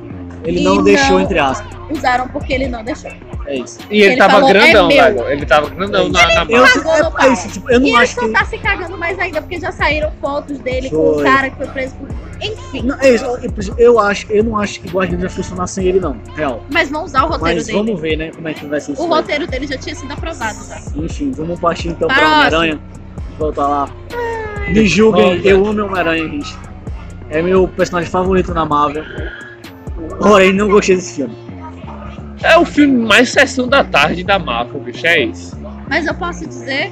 Ele E não não- deixou, entre aspas. Usaram porque ele não deixou. É isso. E ele, Ele tava falou, "É grandão, meu". velho. Ele tava grandão na, na Eu, barra. Cagou no é, pau. é isso, tipo, eu E não ele acho só que. tá se cagando mais ainda, porque já saíram fotos dele com Foi. o cara que foi preso por. Enfim. Não, é isso. Eu, por exemplo, eu acho, eu não acho que Guardiões vai funcionar sem ele, não. Real. Mas vão usar Tá o roteiro Mas dele. vamos ver, né, como é que vai ser isso. O daí. roteiro dele já tinha sido aprovado já. Enfim, vamos partir então tá? Próximo. pra Homem-Aranha. Voltar lá. Me julguem, Volta. eu amo Homem-Aranha, gente. É meu personagem favorito na Marvel. Porém, não gostei desse filme. É o filme mais sessão da tarde da Marvel, bicho. É isso. Mas eu posso dizer,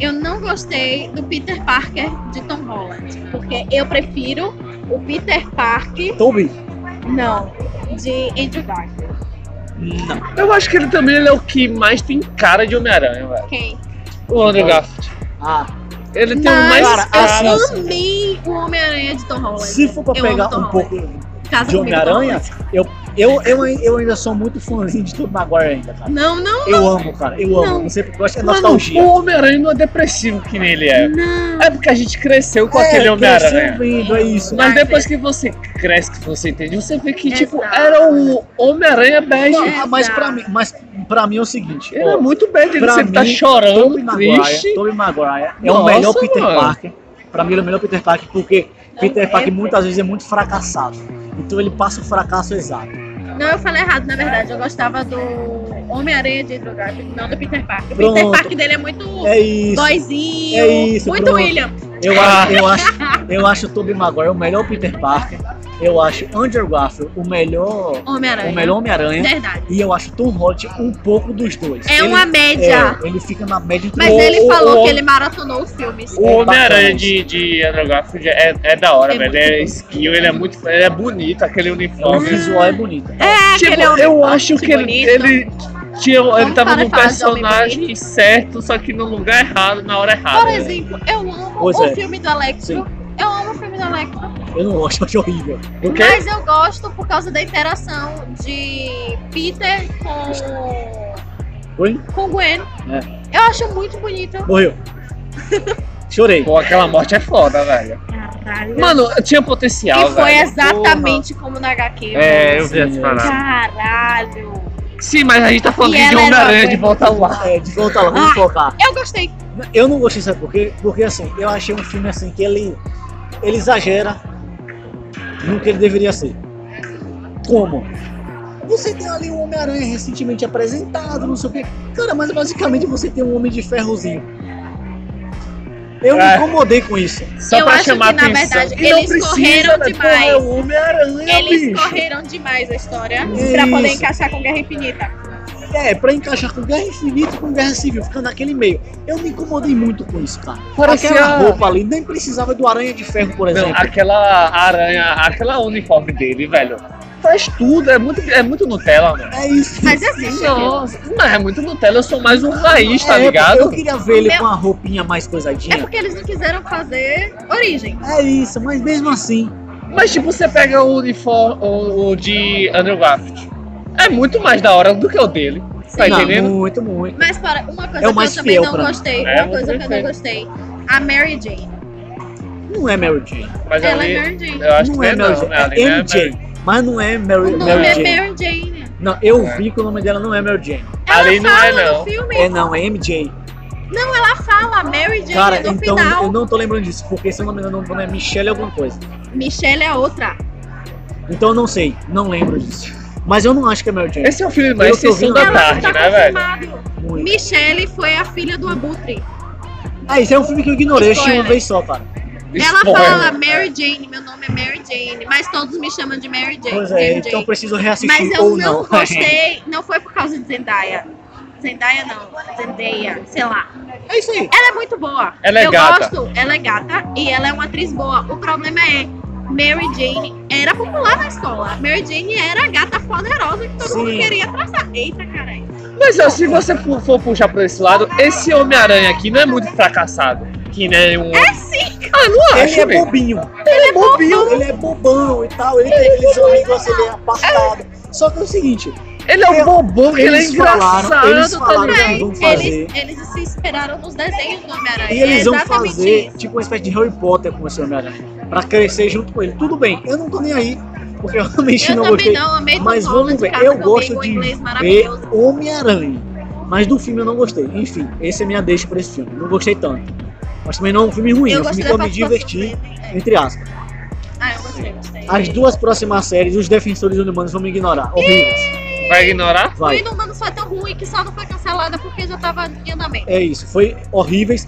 eu não gostei do Peter Parker de Tom Holland. Porque eu prefiro o Peter Parker, Toby? não, de Andrew Garfield. Não. Eu acho que ele também ele é o que mais tem cara de Homem-Aranha, velho. Quem? O Andrew Garfield. Ah, Ele tem o Mas mais Cara, cara. assim, eu amei o Homem-Aranha de Tom Holland. se for pra Eu pegar amo Tom um pouco Holland. Casa de comigo, Tom Homem-Aranha, Holland. eu, eu, eu, eu ainda sou muito fãzinho de Tobey Maguire ainda, cara. Não, não, Eu amo, cara. Eu amo. Não. Não sei porque eu acho que é Mano, nostalgia. o Homem-Aranha não é depressivo que nem ele é. não. É porque a gente cresceu com É, aquele Homem-Aranha. cresceu vendo, é isso. Mas depois que você cresce, que você entende, você vê que, tipo, Exato. era o Homem-Aranha bege. Não, É, mas, tá. pra mim, mas pra mim é o seguinte. Ele ó, é muito bege, ele pra sempre tá mim, chorando, Tobey Maguire, triste. Tobey Maguire é o Nossa, melhor Peter mano. Parker. Pra mim, ele é o melhor Peter Parker porque Não Peter é, Parker velho. muitas vezes é muito fracassado. Então ele passa o fracasso exato. Não, eu falei errado, na verdade. Eu gostava do Homem-Aranha de Andrew Garfield, não do Peter Parker. O Peter Pronto. Parker dele é muito É isso. doizinho, É isso, muito pronto. William. Eu acho, eu acho, eu acho o Tobey Maguire o melhor Peter Parker. Eu acho Andrew Garfield o melhor, Homem-Aranha. o melhor né? Homem-Aranha. Verdade. E eu acho Tom Holland um pouco dos dois. É Ele- uma média. é, ele fica na média entre Mas os- ele o- falou o- que ele maratonou os filmes. O É Homem-Aranha bacana de, de Andrew Garfield é, é da hora, É velho. muito Ele é bom. skill, ele é muito. Ele é bonito, aquele O uniforme. visual é bonito. É, Tipo, aquele é um- eu acho muito que ele, bonito. ele, tinha, ele tava parar num de falar de homem personagem bonito. certo, só que no lugar errado, na hora errada. Por né? exemplo, eu amo Pois o é. filme do Electro. Sim. Eu amo o filme do Electro. Eu não gosto, (laughs) eu acho horrível. O quê? Mas eu gosto por causa da interação de Peter com, Ruim? com Gwen. É. Eu acho muito bonito. Morreu. Chorei. Pô, aquela morte é foda, velho. Caralho. Mano, tinha potencial, que foi velho. exatamente como na HQ. Porra. É, eu mano. vi essa parada. Caralho. Sim, mas a gente tá falando E aqui ela de é era Homem-Aranha uma de coisa- volta lá. É, de volta lá, vamos Ah. focar. Eu gostei. Eu não gostei, sabe por quê? Porque assim, eu achei um filme assim que ele, ele exagera no que ele deveria ser. Como? Você tem ali um Homem-Aranha recentemente apresentado, não sei o quê. Cara, mas basicamente você tem um Homem de Ferrozinho. Eu É. me incomodei com isso. Só Eu pra acho chamar que, na atenção. verdade, E não eles precisa, correram né? Porra, demais. É o Homem-Aranha, Eles bicho. correram demais a história Isso. pra poder encaixar com Guerra Infinita. É, pra encaixar com Guerra Infinita e com Guerra Civil, ficando naquele meio. Eu me incomodei muito com isso, cara. Parecia- Aquela roupa ali, nem precisava do Aranha de Ferro, por assim, Não, exemplo. aquela aranha, aquela uniforme dele, velho. Faz tudo, é muito, é muito Nutella, mano. É isso. Mas assim, existe. aquilo. Nossa, não é muito Nutella, eu sou mais um raiz, tá É, Eu ligado? queria ver ele Meu- com a roupinha mais É coisadinha. porque eles não quiseram fazer origem. É isso, mas mesmo assim, Mas tipo, você pega o uniforme o, o de Andrew Garfield. É muito mais da hora do que o dele. Tá Não, entendendo? muito, muito. Mas para uma coisa É o que eu mais também fiel não pra mim. gostei, É, uma coisa que eu não perfeito. gostei, a Mary Jane. Não é Mary Jane. Mas Ela ali, é Mary Jane. eu acho não que é não, Mary não, Jane. ali É não é MJ. Mary- Mas não é O Mary, nome Mary é Jane. Mary Jane. Não, eu É. vi que o nome dela não é Mary Jane. Ela Ali não fala é, não. no filme, É não, é MJ. ela fala Mary Jane Cara, no então final. eu não tô lembrando disso, porque se eu não me engano, o nome é Michelle alguma coisa. Michelle é outra. Então eu não sei, não lembro disso. Mas eu não acho que é Mary Jane. Esse é o filme mais Eu tô vendo sessão da ela tarde, não né, velho? confirmado. Muito. tá Michelle foi a filha do Abutre. Ah, esse é um filme que eu ignorei, eu assisti uma Spoiler. vez só, cara. Ela Spoiler. fala Mary Jane, meu nome é Mary Jane, mas todos me chamam de Mary Jane. Pois é, Jane, então eu Jane. preciso reassistir Mas ou eu não não. (laughs) né? gostei, não foi por causa de Zendaya. Zendaya não, Zendaya, sei lá. é isso aí. Ela é muito boa. Ela é eu gata. gosto, ela é gata e ela é uma atriz boa. O problema é Mary Jane era popular na escola. Mary Jane era a gata poderosa que todo Sim. É. mundo queria traçar. Eita, caralho. Mas ó, se você for, for puxar pra esse lado, esse Homem-Aranha aqui não é muito fracassado. Que nem um. É sim, Ah, não acho, Ele é velho. bobinho. Ele é bobinho. Ele é bobão e tal. Ele tem aqueles amigos, ele é afastado. Só que é o seguinte, Ele é um bobão, ele é eles falaram- engraçado eles falaram também. que é um vão fazer. eles, eles se esperaram nos desenhos do Homem-Aranha. E eles é vão exatamente fazer isso. tipo uma espécie de Harry Potter com esse Homem-Aranha. Pra crescer junto com ele. Tudo bem, eu não tô nem aí. Porque eu realmente Eu não também gostei. não, amei Tom Mas Holland, vamos ver. cara, Eu também, gosto com de um inglês ver maravilhoso. Homem-Aranha. Mas do filme eu não gostei. Enfim, essa é minha deixa pra esse filme. Não gostei tanto. Mas também não é um filme ruim. É Eu um filme gostei que eu da me participação diverti, dele, é. entre aspas. Ah, eu gostei, gostei. As duas próximas séries, os defensores humanos vão me ignorar. Horríveis. Vai ignorar? O Vai. Inumanos foi tão ruim que só não foi cancelada porque já tava em andamento. É isso, foi horríveis.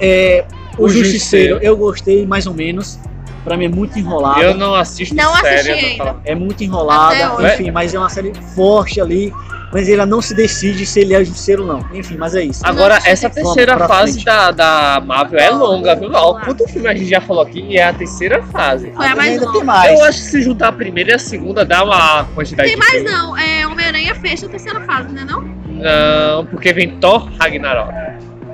É, o, O Justiceiro, Justiceiro. eu gostei mais ou menos. Pra mim é muito enrolado. Eu não assisto Não série. assisti eu ainda. falo. É muito enrolada, Até hoje. enfim, mas é uma série forte ali. Mas ela não se decide se ele é justiceiro ou não. Enfim, mas é isso. Agora, assisti. essa Vamos terceira pra fase frente. da, da Marvel é longa, viu? Ó, Vamos lá. Quanto filme a gente já falou aqui, e é a terceira fase. Foi a mais ainda longa. tem mais. Eu acho que se juntar a primeira e a segunda dá uma quantidade Tem de mais filme. não, é Homem-Aranha fecha a terceira fase, né não? Não, porque vem Thor Ragnarok.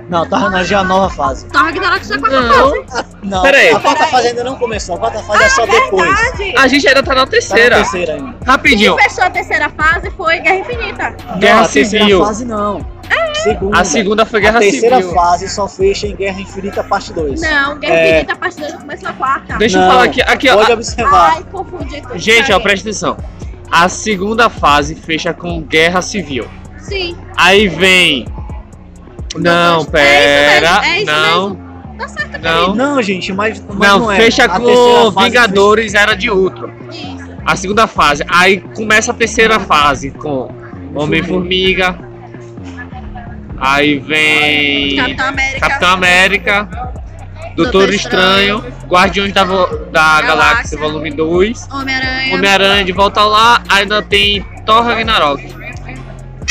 Não, tá na já nova fase. Thor Ragnarok já é a quarta fase. Não, Não, Pera aí. a quarta fase ainda não começou. A quarta fase é só depois. Ah, Verdade! a gente ainda tá na Tá na terceira. terceira ainda. Rapidinho. Quem fechou a terceira fase foi Guerra Infinita. Guerra não, a terceira Civil. fase não. Segunda. A segunda foi Guerra a terceira Civil. fase só fecha em Guerra Infinita Parte 2. Não, Guerra É. Infinita a partir da começo da quarta. Deixa eu Não. falar aqui. aqui ó, Pode observar. Ai, confundi tudo. Gente, ó, caguei. presta atenção. A segunda fase fecha com guerra civil. Sim. Aí vem. Não, Não, é isso pera. mesmo, é isso Não, Tá certo, não. Não, gente, mas, mas não, Não, é. fecha A com terceira fase Vingadores Era de Ultron. querido. Isso. A segunda fase. Aí começa a terceira fase com Homem-Formiga. Aí vem. Capitão América. Capitão América. Doutor Doutor Estranho. Guardiões da, Vo- da Galáxia, Galáxia. volume 2. Homem-Aranha. Homem-Aranha de volta lá. Ainda tem Thor Ragnarok. fez-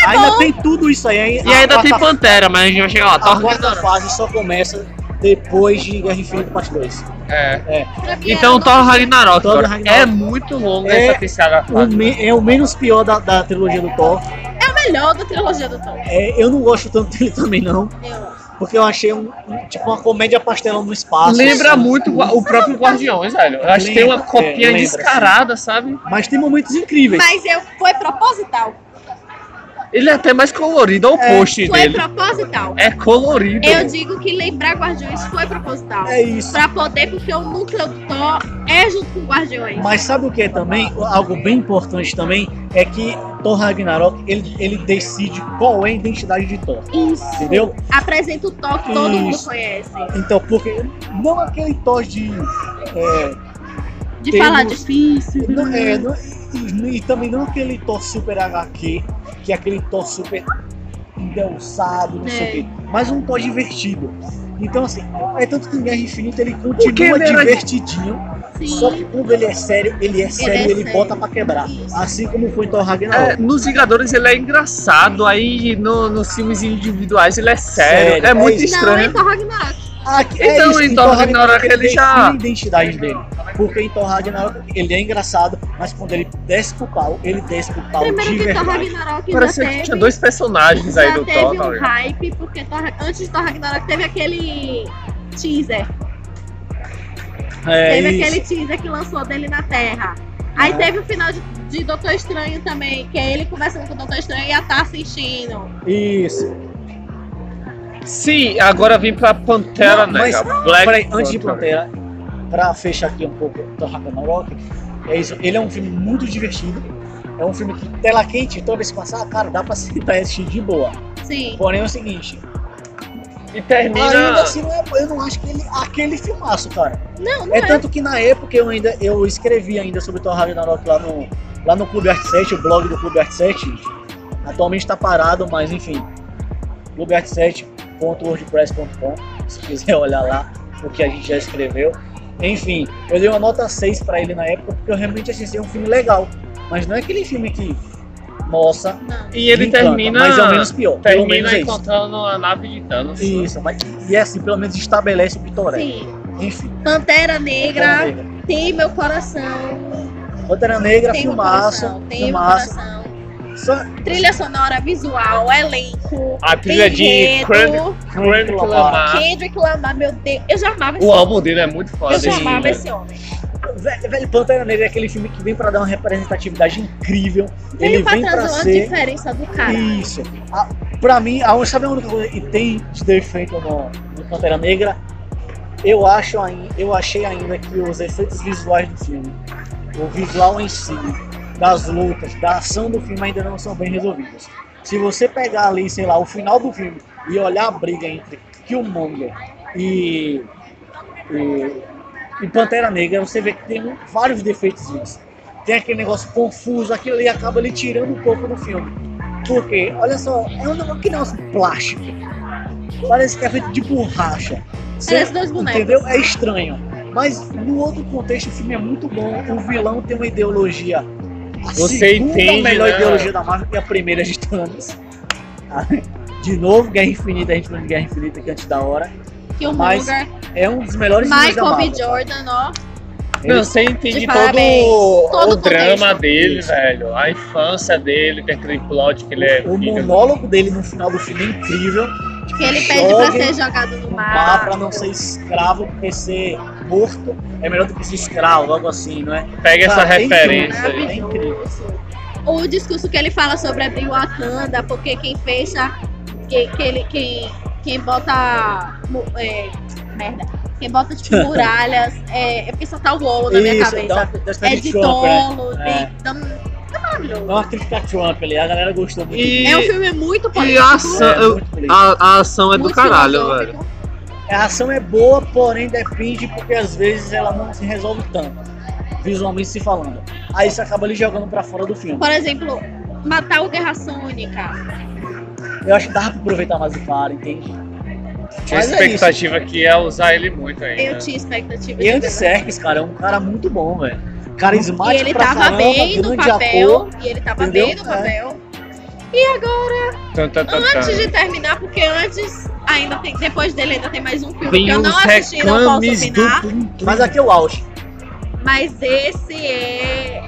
Ainda tem tudo isso aí. Ah, E ainda tem Pantera, mas a gente vai chegar lá. A Thor quarta Ragnarok. fase só começa depois de Guerra Infinita Parte 2. É. Pra mim, Então era Thor Ragnarok, Thor cara, Ragnarok. é muito longa É essa né? terceira O fase. me- é o menos pior da, da trilogia do Thor. É o melhor da trilogia do Thor. É, eu não gosto tanto dele (laughs) também, não. Eu acho. Porque eu achei um, um- tipo uma comédia pastelão no espaço. Lembra assim. muito o o próprio Guardiões, velho. Eu acho que tem uma Lembra, copinha é, lembra, descarada, sabe? Mas tem momentos incríveis. Mas eu, foi proposital. Ele é até mais colorido ao É. post Foi dele. proposital. É colorido. Eu digo que lembrar Guardiões foi proposital. É isso. Pra poder, porque o núcleo do Thor é junto com Guardiões. Mas sabe o que é também? Algo bem importante também é que Thor Ragnarok ele, ele decide qual é a identidade de Thor. Isso. Entendeu? Apresenta o Thor que todo mundo Isso. conhece. Então, porque não aquele Thor de. é, De Temos- falar difícil. não, é, não- e, e também não aquele Thor super HQ, que é aquele Thor super endeusado, não sei o É. quê. Mas um Thor divertido. Então, assim, é tanto que em Guerra Infinita ele Porque continua ele era- divertidinho. Sim. Só que quando ele é sério, ele é sério e é ele sério. bota pra quebrar. Isso. Assim como foi em Thor É, Ragnarok. nos Vingadores ele é engraçado, aí no- nos filmes individuais ele é sério. Sério, é é muito isso. Não, é estranho. Thor Ragnarok. Aqui- Então, Ah, é isso, em em Thor Thor Ragnarok, ele já- define a identidade dele. Porque em Thor Ragnarok ele é engraçado, mas quando ele desce pro pau, ele desce pro pau Primeiro de que Thor verdade. Ragnarok já Parecia teve, que tinha dois personagens aí já do teve Thor. um tá ligado? hype, porque Thor- antes de Thor Ragnarok teve aquele teaser. É teve isso. É aquele teaser que lançou dele na Terra. Aí Ah. teve o final de, de Doutor Estranho também, que é ele conversando com o Doutor Estranho e a Tassa enchendo. Isso. Sim, agora vim pra Pantera Não, Negra. mas- Black Peraí, antes de Panther. Pantera, pra fechar aqui um pouco do Ragnarok, é isso. Ele é um filme muito divertido. É um filme que tela quente, toda vez que passar, cara, dá pra sentar e assistir de boa. Sim. Porém é o seguinte, E termina. ainda assim não é- eu não acho que ele aquele filmaço, cara. Não, não É é. tanto que na época eu ainda eu escrevi ainda sobre Thor Ragnarok lá no lá no Clube Arte 7, o blog do Clube Arte 7. Atualmente tá parado, mas enfim. clubearte7.wordpress.com, se quiser (laughs) olhar lá o que a gente já escreveu. Enfim, eu dei uma nota 6 pra ele na época porque eu realmente achei que é um filme legal, mas não é aquele filme que nossa, Não. E ele me encanta, termina. mas é o menos pior. pelo menos Termina é isso. encontrando a nave de Thanos. Isso, mas e assim, pelo menos estabelece o Pitoré. Sim. Enfim. Pantera Pantera Negra Negra. tem meu coração. Pantera Negra, Tem meu filmaço, coração. Tem meu filmaço. coração. Só, Trilha sonora, visual, elenco. A trilha de enredo, Cran- Kendrick Lamar. Kendrick Lamar, meu Deus. Eu já amava esse O homem. álbum dele é muito foda. Eu já esse amava filme. esse homem. velho, velho, Pantera Negra é aquele filme que vem pra dar uma representatividade incrível. Veio ele pra vem pra trazer um uma ser. diferença do cara. Isso. A, pra mim, a, sabe a única coisa que tem de defeito no, no Pantera Negra? Eu, acho, ai- eu achei ainda que os efeitos visuais do filme, o visual em si, das lutas, da ação do filme ainda não são bem resolvidos. Se você pegar ali, sei lá, o final do filme e olhar a briga entre Killmonger e, e, e Pantera Negra, você vê que tem vários defeitos nisso. Tem aquele negócio confuso, aquilo ali acaba lhe tirando um pouco do filme. Porque, olha só, é um negócio que não é plástico. Parece que é feito de borracha. Parece dois bonecos. Entendeu? É estranho. Mas no outro contexto o filme é muito bom. O vilão tem uma ideologia. A Você segunda entende, melhor né? ideologia da Marvel que é a primeira de Thanos. (laughs) De novo, Guerra Infinita, a gente falando de Guerra Infinita que é antes da hora. Killmonger, É um dos melhores filmes da Michael Marvel. B. Jordan, ó. Não, você entende De todo, parabéns. Todo o o drama contexto. dele, Isso. velho. A infância dele, tem aquele plot que ele é. O filho- monólogo dele no final do filme é incrível. Que ele pede pra Joguem ser jogado no no mar mar. pra não ser escravo, porque ser morto é melhor do que ser escravo, algo assim, não é? Pega essa Ah, tem referência aí. tudo, É incrível. O discurso que ele fala sobre abrir Wakanda, porque quem fecha, que, que ele, quem, quem bota. mu- é, merda. Quem (laughs) bota tipo muralhas, é, é porque só tá o wow na minha Isso, então, cabeça. dá uma- dá uma é de de Trump, né? tolo, É. tem. Dá um... É maravilhoso. Dá uma crítica a Trump ali, a galera gostou muito. E É um filme muito e político. a ação, É, eu- muito bonito. a, a ação é do muito caralho, filosófico. velho. A ação é boa, porém depende, porque às vezes ela não se resolve tanto, visualmente se falando. Aí você acaba ali jogando pra fora do filme. Por exemplo, matar o Guerra Sônica. Eu acho que dava pra aproveitar mais o cara, entende? Tinha Mas é isso. expectativa que é usar ele muito ainda. Eu tinha expectativa. E de Andy ver. Serkis, cara, é um cara muito bom, velho. E Carismático ele é, pra tava caramba, bem no grande papel. ator. e ele tava entendeu? bem no É. papel. E agora, Tan, tan, tan, tan. antes de terminar, porque antes ainda tem. Depois dele ainda tem mais um filme que Vem eu não os assisti, não posso reclames do opinar. Plim Plim. Mas aqui é o auge. Mas esse é.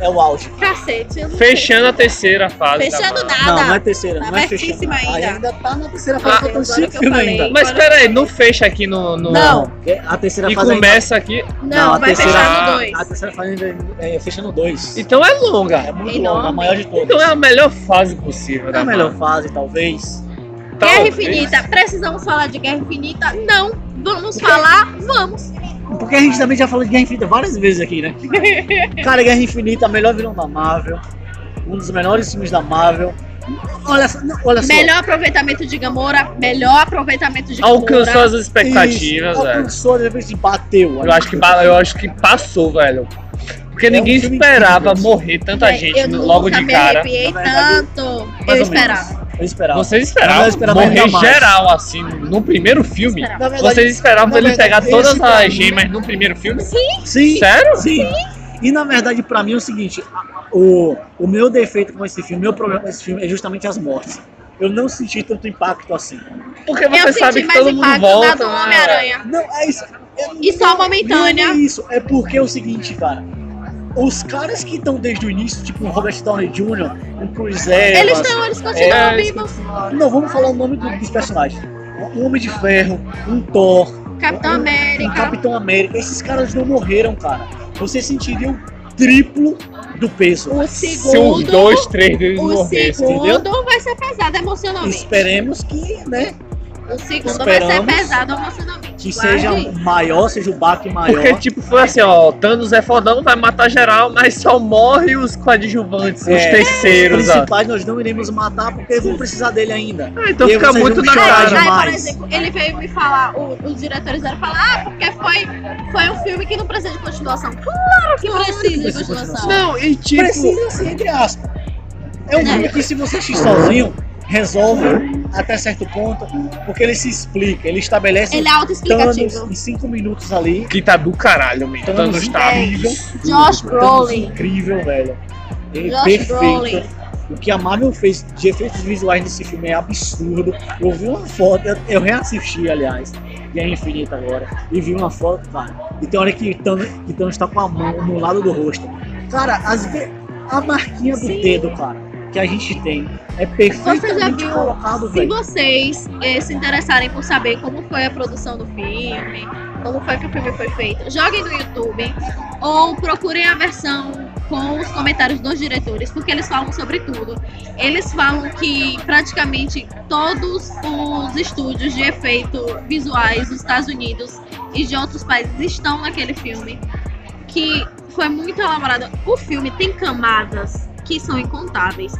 É o auge. Cacete. eu não sei. Fechando a terceira fase. da Fechando Marvel. Não, não é nada. terceira, Tá não é fechada. pertíssima ainda. ainda tá na terceira Ah, fase, faltam agora cinco que eu filmes falei. ainda. É, Mas peraí, não fecha aqui no. no- Não. A terceira E fase ainda- começa aqui. Não, Não, a vai terceira- tá fechar no A 2. terceira fase ainda é fechando dois. Então é longa. É muito Enorme. longa, a maior de todas. (laughs) Então é a melhor fase possível. né, Tá É da a melhor Marvel. fase, talvez. Guerra Talvez. Infinita. Precisamos falar de Guerra Infinita? Não. Vamos falar? Tá Vamos. Porque a gente também já falou de Guerra Infinita várias vezes aqui, (laughs) né? Cara, Guerra Infinita, melhor vilão da Marvel. Um dos melhores filmes da Marvel. Olha só, não, olha só. Melhor aproveitamento de Gamora. Melhor aproveitamento de Alcançou Gamora. as expectativas, Isso, velho. Alcançou, de repente bateu. Eu acho, que, ba- eu acho que passou, velho. Porque É um ninguém filme esperava incrível. assim. morrer tanta Véi, gente É, eu no- nunca logo de me cara. arrepiei Na verdade, tanto. Mais Eu ou menos. esperava. Eu esperava. Vocês Mas eu esperavam esperava morrer ainda mais. geral, assim, no primeiro filme? Esperava. Na verdade, Vocês esperavam na ele verdade, pegar todas esse pra as mim- gemas no primeiro filme? Sim, Sério? Sim. E na verdade, pra mim é o seguinte: a- o, o meu defeito com esse filme, meu problema com esse filme é justamente as mortes. Eu não senti tanto impacto assim. Porque você Eu sabe senti que mais todo mundo impacto na volta. do né? Homem-Aranha. Não, é isso. É, E só momentânea. Não é isso. É porque é o seguinte, cara. Os caras que estão desde o início, tipo o Robert Downey Jr., o Chris Evans. Eles estão, eles continuam É, vivos. Não, vamos falar o nome do- dos personagens: um Homem de Ferro, um Thor, Capitão um América. Capitão América. Esses caras não morreram, cara. Você sentiria o triplo do peso. O Se uns segundo. dois, três deles o morressem, entendeu? segundo vai ser pesado emocionalmente. Esperemos que, né, O segundo vai ser Esperamos pesado emocionalmente. que Guarde seja isso. maior, seja o baque maior. Porque, tipo, foi assim, ó, Thanos é fodão, vai matar geral, mas só morre os coadjuvantes, os É, terceiros, ó. principais nós não iremos matar porque vão precisar dele ainda. Ah, então E fica vocês muito não na choram cara. Aí, aí, por jamais. exemplo, ele veio me falar, o- os diretores vieram falar, ah, porque foi, foi um filme que não precisa de continuação. Claro que precisa de precisa de continuação. continuação. Não, e tipo. Precisa ser entre aspas. É um É. filme que se você assistir sozinho, resolve até certo ponto, porque ele se explica, ele estabelece Ele é Thanos autoexplicativo. em cinco minutos ali. Que tá do caralho, meu. Thanos Thanos tá. incrível. Josh Thanos Brolin. Incrível, velho. Ele é Josh perfeito. Brolin. O que a Marvel fez de efeitos visuais nesse filme é absurdo. Eu vi uma foto, eu, eu reassisti, aliás, Guerra Infinita agora, e vi uma foto, cara. E tem hora que Thanos, que Thanos tá com a mão no lado do rosto. Cara, as ve- a marquinha do Sim. dedo, cara, que a gente tem, é Você já perfeitamente viu? colocado, Se velho. vocês eh, se interessarem por saber como foi a produção do filme, como foi que o filme foi feito, joguem no YouTube ou procurem a versão com os comentários dos diretores, porque eles falam sobre tudo. Eles falam que praticamente todos os estúdios de efeito visuais dos Estados Unidos e de outros países estão naquele filme, que foi muito elaborado. O filme tem camadas que são incontáveis.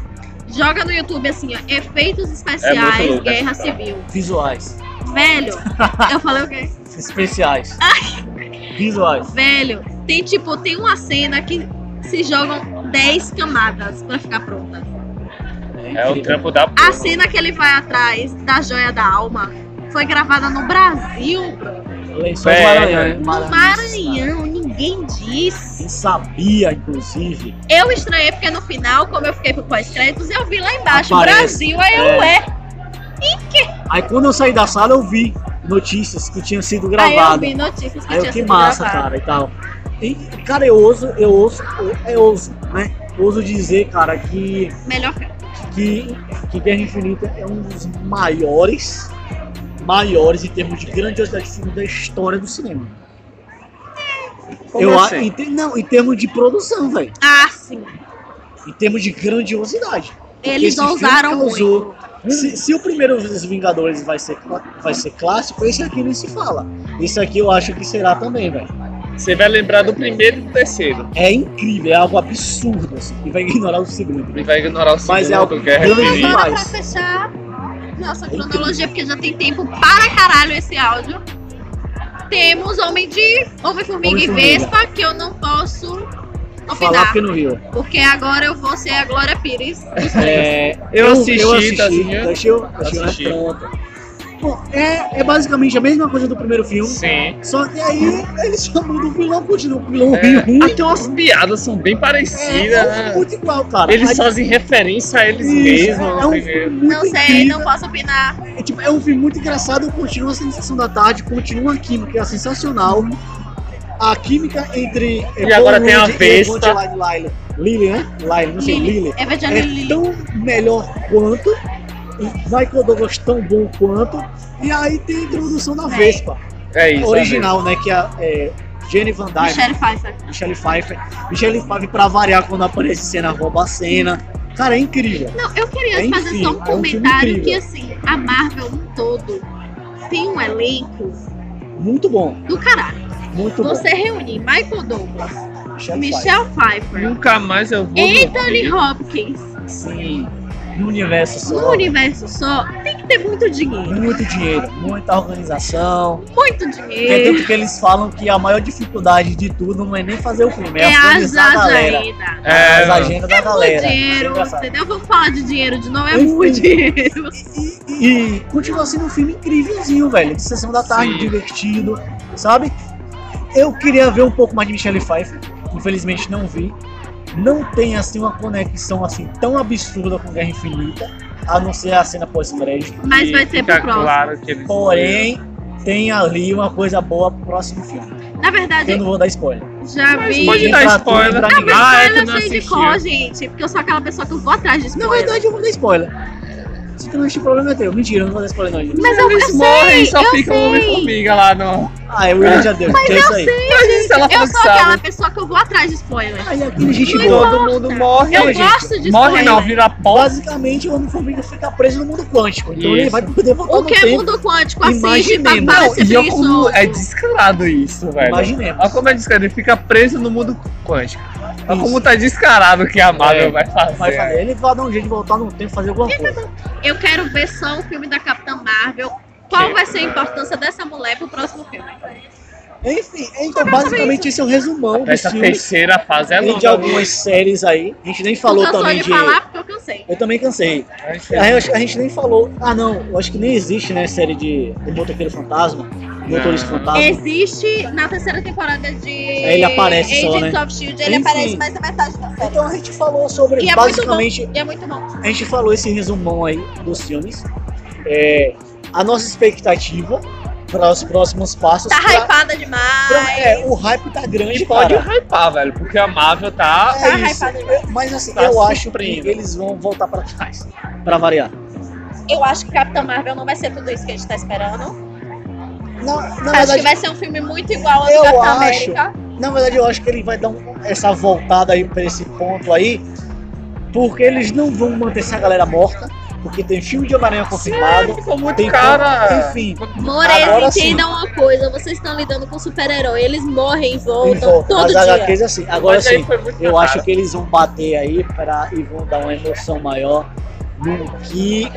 Joga no YouTube assim, ó, efeitos especiais, É louco essa guerra história. civil. Visuais. (laughs) Velho, eu falei o quê? Especiais. Visuais. Velho, tem tipo, tem uma cena que se jogam 10 camadas pra ficar pronta. É o incrível. trampo da porra. A cena que ele vai atrás da joia da alma foi gravada no Brasil, Lençóis É, Maranhão. no no Maranhão, ninguém disse. Quem sabia, inclusive, Eu estranhei porque no final, como eu fiquei pro pós-créditos, eu vi lá embaixo, Aparece. Brasil, aí eu É. é. Aí quando eu saí da sala, eu vi notícias que tinham sido Aí Ah, eu gravadas. vi notícias que Aí tinha eu, que sido massa, gravado. cara, e tal. E, cara, eu ouso, eu ouso, eu ouso, né? Ouso dizer, cara, que, Melhor filme. que, que Guerra Infinita é um dos maiores, maiores em termos de grandiosidade de filme da história do cinema. Como eu a- assim? em te- não, em termos de produção, velho. Ah, sim. Em termos de grandiosidade. Porque Eles esse filme ousaram causou- muito. Se, se o primeiro dos Vingadores vai ser, clá- vai ser clássico, esse aqui nem se fala. Esse aqui eu acho que será também, velho. Você vai lembrar do primeiro e do terceiro. É incrível, é algo absurdo, assim. E vai ignorar o segundo. E vai ignorar o segundo Mas é algo do Guerra grande. E Infinita. agora pra Demais. fechar nossa cronologia, porque já tem tempo para caralho esse áudio. Temos Homem de Homem Formiga e Homem-Formiga. Vespa, que eu não posso Falar opinar, porque não (laughs) viu. porque agora eu vou ser a Glória Pires. É, Eu assisti, tá assim, eu- achei, achei uma assisti. pronta. né? Bom, é, é basicamente a mesma coisa do primeiro filme, Sim. só que aí eles só mudam o vilão, continua com o vilão É, bem ruim. até umas piadas são bem É, parecidas, é né? muito igual, cara. Eles Aí- fazem referência a eles Isso, mesmos é no um primeiro. filme muito Não sei, incrível. não posso opinar. É, tipo, é um filme muito engraçado, continua a sensação da tarde, continua a química, é sensacional. A química entre é, E agora tem a besta Vesta. Lily, né? Lily, não sei, Lily. Lily. É Vadiana É Lili. tão melhor quanto, e Michael Douglas tão bom quanto, e aí tem a introdução da É. Vespa, É isso. original, né? Que é, é Jenny Van Dyne, Michelle Pfeiffer. Michelle Pfeiffer. Michelle Pfeiffer, pra variar, quando aparece cena, rouba a cena. Cara, é incrível. Não, eu queria É, fazer enfim, só um é um filme comentário incrível. que assim, a Marvel um todo tem um elenco Muito bom, do caralho. muito Você reunir Michael Douglas, bom. Michelle Pfeiffer. Michelle Sabe? Pfeiffer, Nunca mais eu vou. Anthony dormir. Hopkins Sim, no universo só. num universo só, tem que ter muito dinheiro. Muito dinheiro, muita organização. Muito É dinheiro. tanto que eles falam que a maior dificuldade de tudo não é nem fazer o filme, é, É as organizar a galera. agendas. as É, agendas da Muito galera. dinheiro, Isso é engraçado. entendeu? Vamos falar de dinheiro de novo, é Enfim. muito dinheiro. e, e continua sendo um filme incrívelzinho, velho. De sessão da tarde, Sim. divertido, sabe? Eu queria ver um pouco mais de Michelle Pfeiffer, infelizmente não vi. Não tem assim uma conexão assim tão absurda com Guerra Infinita, a não ser a cena pós-crédito. Mas e vai ter fica pro próximo. Claro que eles Porém, tem ali uma coisa boa pro próximo filme. Na Eu verdade, não vou dar spoiler. já Mas vi. pode E dar pra spoiler. tudo, pra ninguém. ah, é Spoiler que eu não sei de assistiu. cor, gente, porque eu sou aquela pessoa que eu vou atrás de Na spoiler. verdade, eu vou dar spoiler. Você tem esse problema é teu. Mentira, eu não vou dar spoiler não, gente. Mas eu, Eles eu morrem sei, e só eu fica o sei. Homem-Formiga lá no. Ah, eu ia já deu. Mas é isso aí. Mas isso ela Eu falou que sou aquela sabe. pessoa que eu vou atrás de spoiler. Aí aquele gente Não boa. Todo mundo morre. Eu gente, gosto de Morre spoiler. não, vira pó. Basicamente, o Homem-Formiga fica preso no mundo quântico. Então ele Isso. vai poder voltar O no que é tempo. mundo quântico assiste Imaginemos. pra Não, falar e sobre eu como isso. é descarado isso, velho. Imaginemos. Olha como é descarado, ele fica preso no mundo quântico. Olha Isso. como tá descarado que a Marvel É. vai fazer. Vai fazer. Ele vai dar um jeito de voltar no tempo, fazer alguma coisa. tá Eu quero ver só o filme da Capitã Marvel. Qual vai ser a importância dessa mulher pro próximo filme? Enfim, então basicamente esse é um resumão dos Essa filmes terceira fase é e de longa. viu? algumas séries aí. A gente nem falou Não cansou também de de. falar porque eu cansei. Eu também cansei. A gente- A, Ah, acho que a gente nem falou. Ah, não. Eu acho que nem existe, né? Série de do Motoqueiro Fantasma, Motorista Não. Fantasma. Existe na terceira temporada de ele aparece só, Agents né? of S.H.I.E.L.D. Ele Enfim. aparece mais da metade da série. Então a gente falou sobre E é muito basicamente. E é muito bom. a gente falou esse resumão aí dos filmes. É, a nossa expectativa para os próximos passos. Tá pra- hypada demais. pra- é, o hype tá grande, E pode cara. hypar, velho, porque a Marvel tá. Tá É isso. hypada demais. Mas assim, Tá eu acho que surpreendendo. eles vão voltar pra trás. Pra variar. Eu acho que Capitã Marvel não vai ser tudo isso que a gente tá esperando. Na, na acho que verdade, vai ser um filme muito igual ao Eu do Capitão acho. América. na verdade, eu acho que ele vai dar um- essa voltada aí pra esse ponto aí. Porque eles não vão manter essa galera morta. Porque tem filme de Homem-Aranha confirmado. Ficou muito Tem- cara. Enfim. Agora Mores, sim. entendam uma coisa. Vocês estão lidando com super-herói. Eles morrem e voltam Ele volta. todo As dia. HQs assim. Agora Mas aí sim. foi muito Eu na acho cara. que eles vão bater aí pra, e vão dar uma emoção maior no que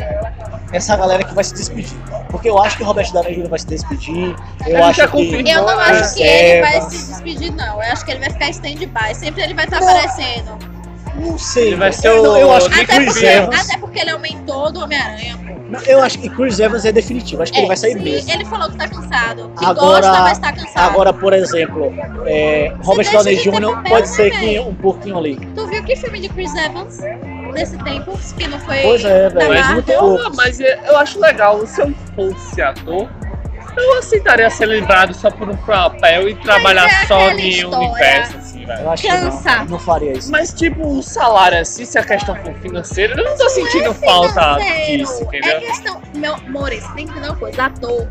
essa galera que vai se despedir. Porque eu acho que o Robert Downey Jr. vai se despedir. Eu Ele tá acho já que. confirmou. Eu não né? acho que ele vai Reserva. se despedir, não. Eu acho que ele vai ficar stand-by. Sempre ele vai estar tá. Não. aparecendo. Não sei. Ele vai ser eu, o eu acho que Até Chris porque, Evans. até porque ele aumentou do Homem-Aranha. pô. Não, Eu acho que Chris Evans é definitivo. Acho que ele vai sair sim, mesmo. Ele falou que tá cansado. Que Agora- gosta, mas tá cansado. Agora, por exemplo, é, Robert deixa Downey de ter Jr. papel, pode né, ser que velho? um pouquinho ali. Tu viu que filme de Chris Evans nesse tempo? Que não foi Pois é, da velho, Mas, muito Marvel? eu- pouco. mas eu eu acho legal, se eu fosse ator, eu aceitaria ser lembrado só por um papel e trabalhar é só aquela em um história. universo, assim, velho. Eu acho que Cansa. não. Não faria isso. Mas tipo, o salário assim, se a questão for financeira, eu não tô sentindo falta Financeiro. disso, É entendeu? questão. Meu, Mores, tem que dar uma coisa. Ator,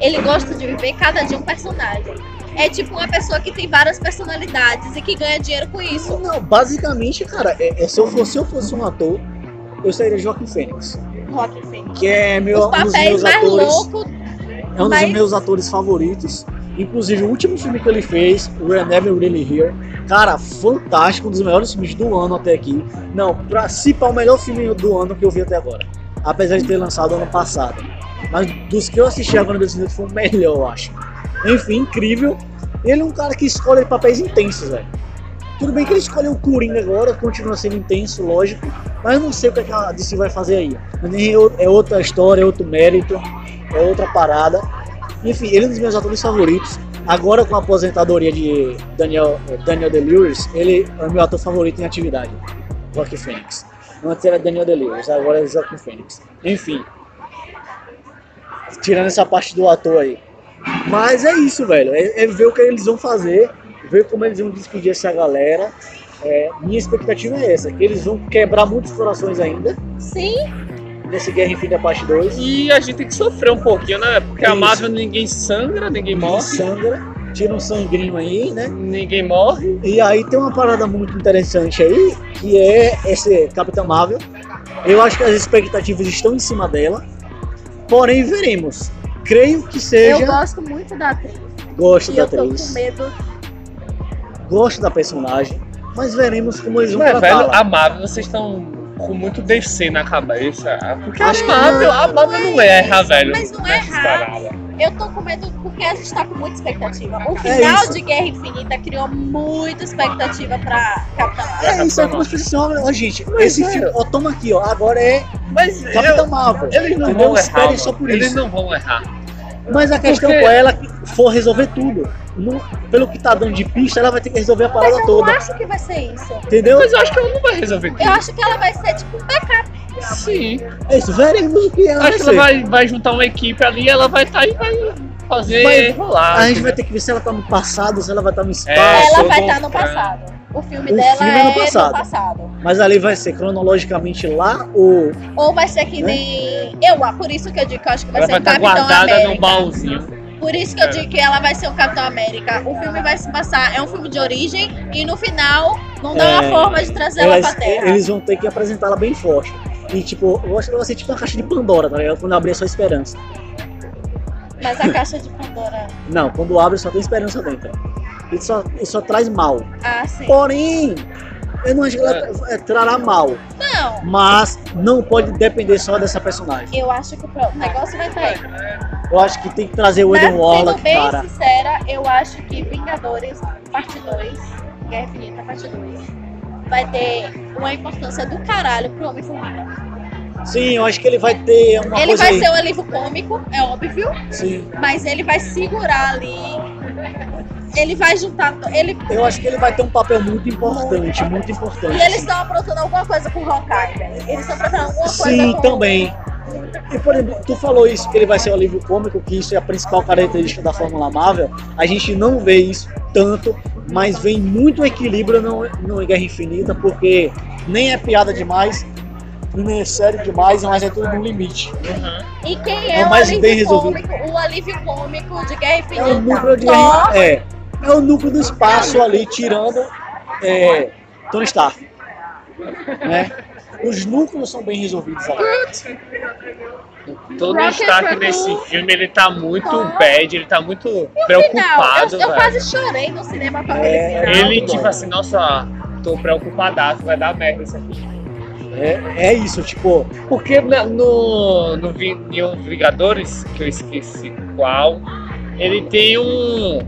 ele gosta de viver cada dia um personagem. É tipo uma pessoa que tem várias personalidades e que ganha dinheiro com isso. Não, basicamente, cara, é- é se, eu fosse, se eu fosse um ator, eu seria Joaquim Fênix. Rock, assim. Que é meu, Os um dos papéis meus mais atores. loucos. É um mas- dos meus atores favoritos. Inclusive, o último filme que ele fez, We're Never Really Here. Cara, fantástico, um dos melhores filmes do ano até aqui. Não, pra si, pá, o melhor filme do ano que eu vi até agora. Apesar de ter lançado ano passado. Mas dos que eu assisti agora desse ano foi o melhor, eu acho. Enfim, incrível. Ele é um cara que escolhe papéis intensos, velho. Tudo bem que ele escolheu o Coringa agora, continua sendo intenso, lógico. Mas eu não sei o que é que a DC vai fazer aí. Nem eu- É outra história, é outro mérito, é outra parada. Enfim, ele é um dos meus atores favoritos. Agora, com a aposentadoria de Daniel, eh, Daniel Day-Lewis, ele é o meu ator favorito em atividade. Joaquim Fênix. Antes era Daniel Day-Lewis, agora é Joaquim Fênix. Enfim. Tirando essa parte do ator aí. Mas é isso, velho. É, é ver o que eles vão fazer, ver como eles vão despedir essa galera. É, minha expectativa é essa, que eles vão quebrar muitos corações ainda Sim, nesse Guerra Infinita Parte 2. E a gente tem que sofrer um pouquinho, né? Porque a Isso. Marvel ninguém sangra, ninguém morre. Sangra, tira um sangrinho aí, né? Ninguém morre. E aí tem uma parada muito interessante aí, que é esse Capitão Marvel. Eu acho que as expectativas estão em cima dela. Porém, veremos. Creio que eu seja. gosto muito da atriz. Gosto E da eu tô com atriz, medo. gosto da personagem, mas veremos como eles vão Mas, é velho, tratá-la. a Marvel, vocês estão com muito DC na cabeça. Ah, Porque a Acho que Marvel, não. a Marvel não, Mas- erra, velho. é mas não nessas erra. paradas. Eu tô com medo porque a gente tá com muita expectativa. O É final isso. de Guerra Infinita criou muita expectativa pra Capitã Marvel. É isso, é como as pessoas falam, ó, gente, Mas, esse velho. filme, ó, toma aqui, ó, agora é Mas eu- Capitão Marvel. eles não entendeu? vão errar. Esperem mano. só por eles isso. não vão errar. Mas a questão Porque- com ela é que for resolver tudo. Não- pelo que tá dando de pista, ela vai ter que resolver a Mas parada Então, eu não toda, acho que vai ser isso. entendeu? Mas eu acho que ela não vai resolver tudo. Eu acho que ela vai ser tipo um backup. Sim. É isso, veremos o que ela vai acho que ela ser. vai, vai juntar uma equipe ali, ela vai estar e vai fazer Vai- rolar. A gente vai entendeu? ter que ver se ela tá no passado, se ela vai estar no espaço. É, ela sou vai bom estar no pra- passado. O filme O dela filme é é no do passado. passado. Mas ali vai ser cronologicamente lá ou Ou vai ser que nem. Eu, ah, por isso que eu digo que eu acho que vai Ela ser vai um estar Capitão guardada América. num baúzinho. Por isso que eu É. digo que ela vai ser o Capitão América. O filme vai se passar. É um filme de origem e no final não dá É, uma forma de trazer ela elas- pra terra. eles vão ter que apresentá-la bem forte. E tipo, eu acho que ela vai ser tipo uma caixa de Pandora, tá ligado? Quando abrir é só esperança. Mas a caixa de Pandora. Não, quando abre só tem esperança dentro. Ele só, ele só traz mal. Ah, sim. Porém, eu não acho que ela é, trará mal. Não. Mas não pode depender só dessa personagem. Eu acho que o pro- o negócio vai estar aí. Eu acho que tem que trazer o Mas, Eden Warlock, Né? sendo bem cara. sincera, eu acho que Vingadores, parte 2, Guerra Infinita, parte 2, vai ter uma importância do caralho pro Homem-Formiga. Sim, eu acho que ele vai ter uma Ele coisa vai aí. ser um alívio cômico, é óbvio, Sim. mas ele vai segurar ali. Ele vai juntar. Ele... Eu acho que ele vai ter um papel muito importante, muito importante. E eles estão aprontando alguma coisa com o Hawkeye. né? Eles estão aprontando alguma coisa Sim, com também. E, por exemplo, tu falou isso, que ele vai ser um livro cômico, que isso é a principal característica da Fórmula Marvel. A gente não vê isso tanto, mas vem muito equilíbrio no, no Guerra Infinita, porque nem é piada demais, nem é sério demais, mas é tudo no limite. Uhum. E quem É é, o o mais bem alívio resolvido. cômico? O alívio cômico de Guerra É o Infinita. núcleo de Thor, Guerra, é, é o núcleo do espaço ali, tirando é, Tony Stark. Né? Os núcleos são bem resolvidos ali. Todo o Rocket destaque Raccoon. nesse filme, ele tá muito Tá. bad, ele tá muito Final, preocupado, eu, eu velho. quase chorei no cinema com aquele É, final. Ele, Não. tipo assim, nossa, tô preocupadaço, vai dar merda isso aqui. É, é isso, tipo, Porque na- no, no Vi- New Vingadores, que eu esqueci qual, ele tem um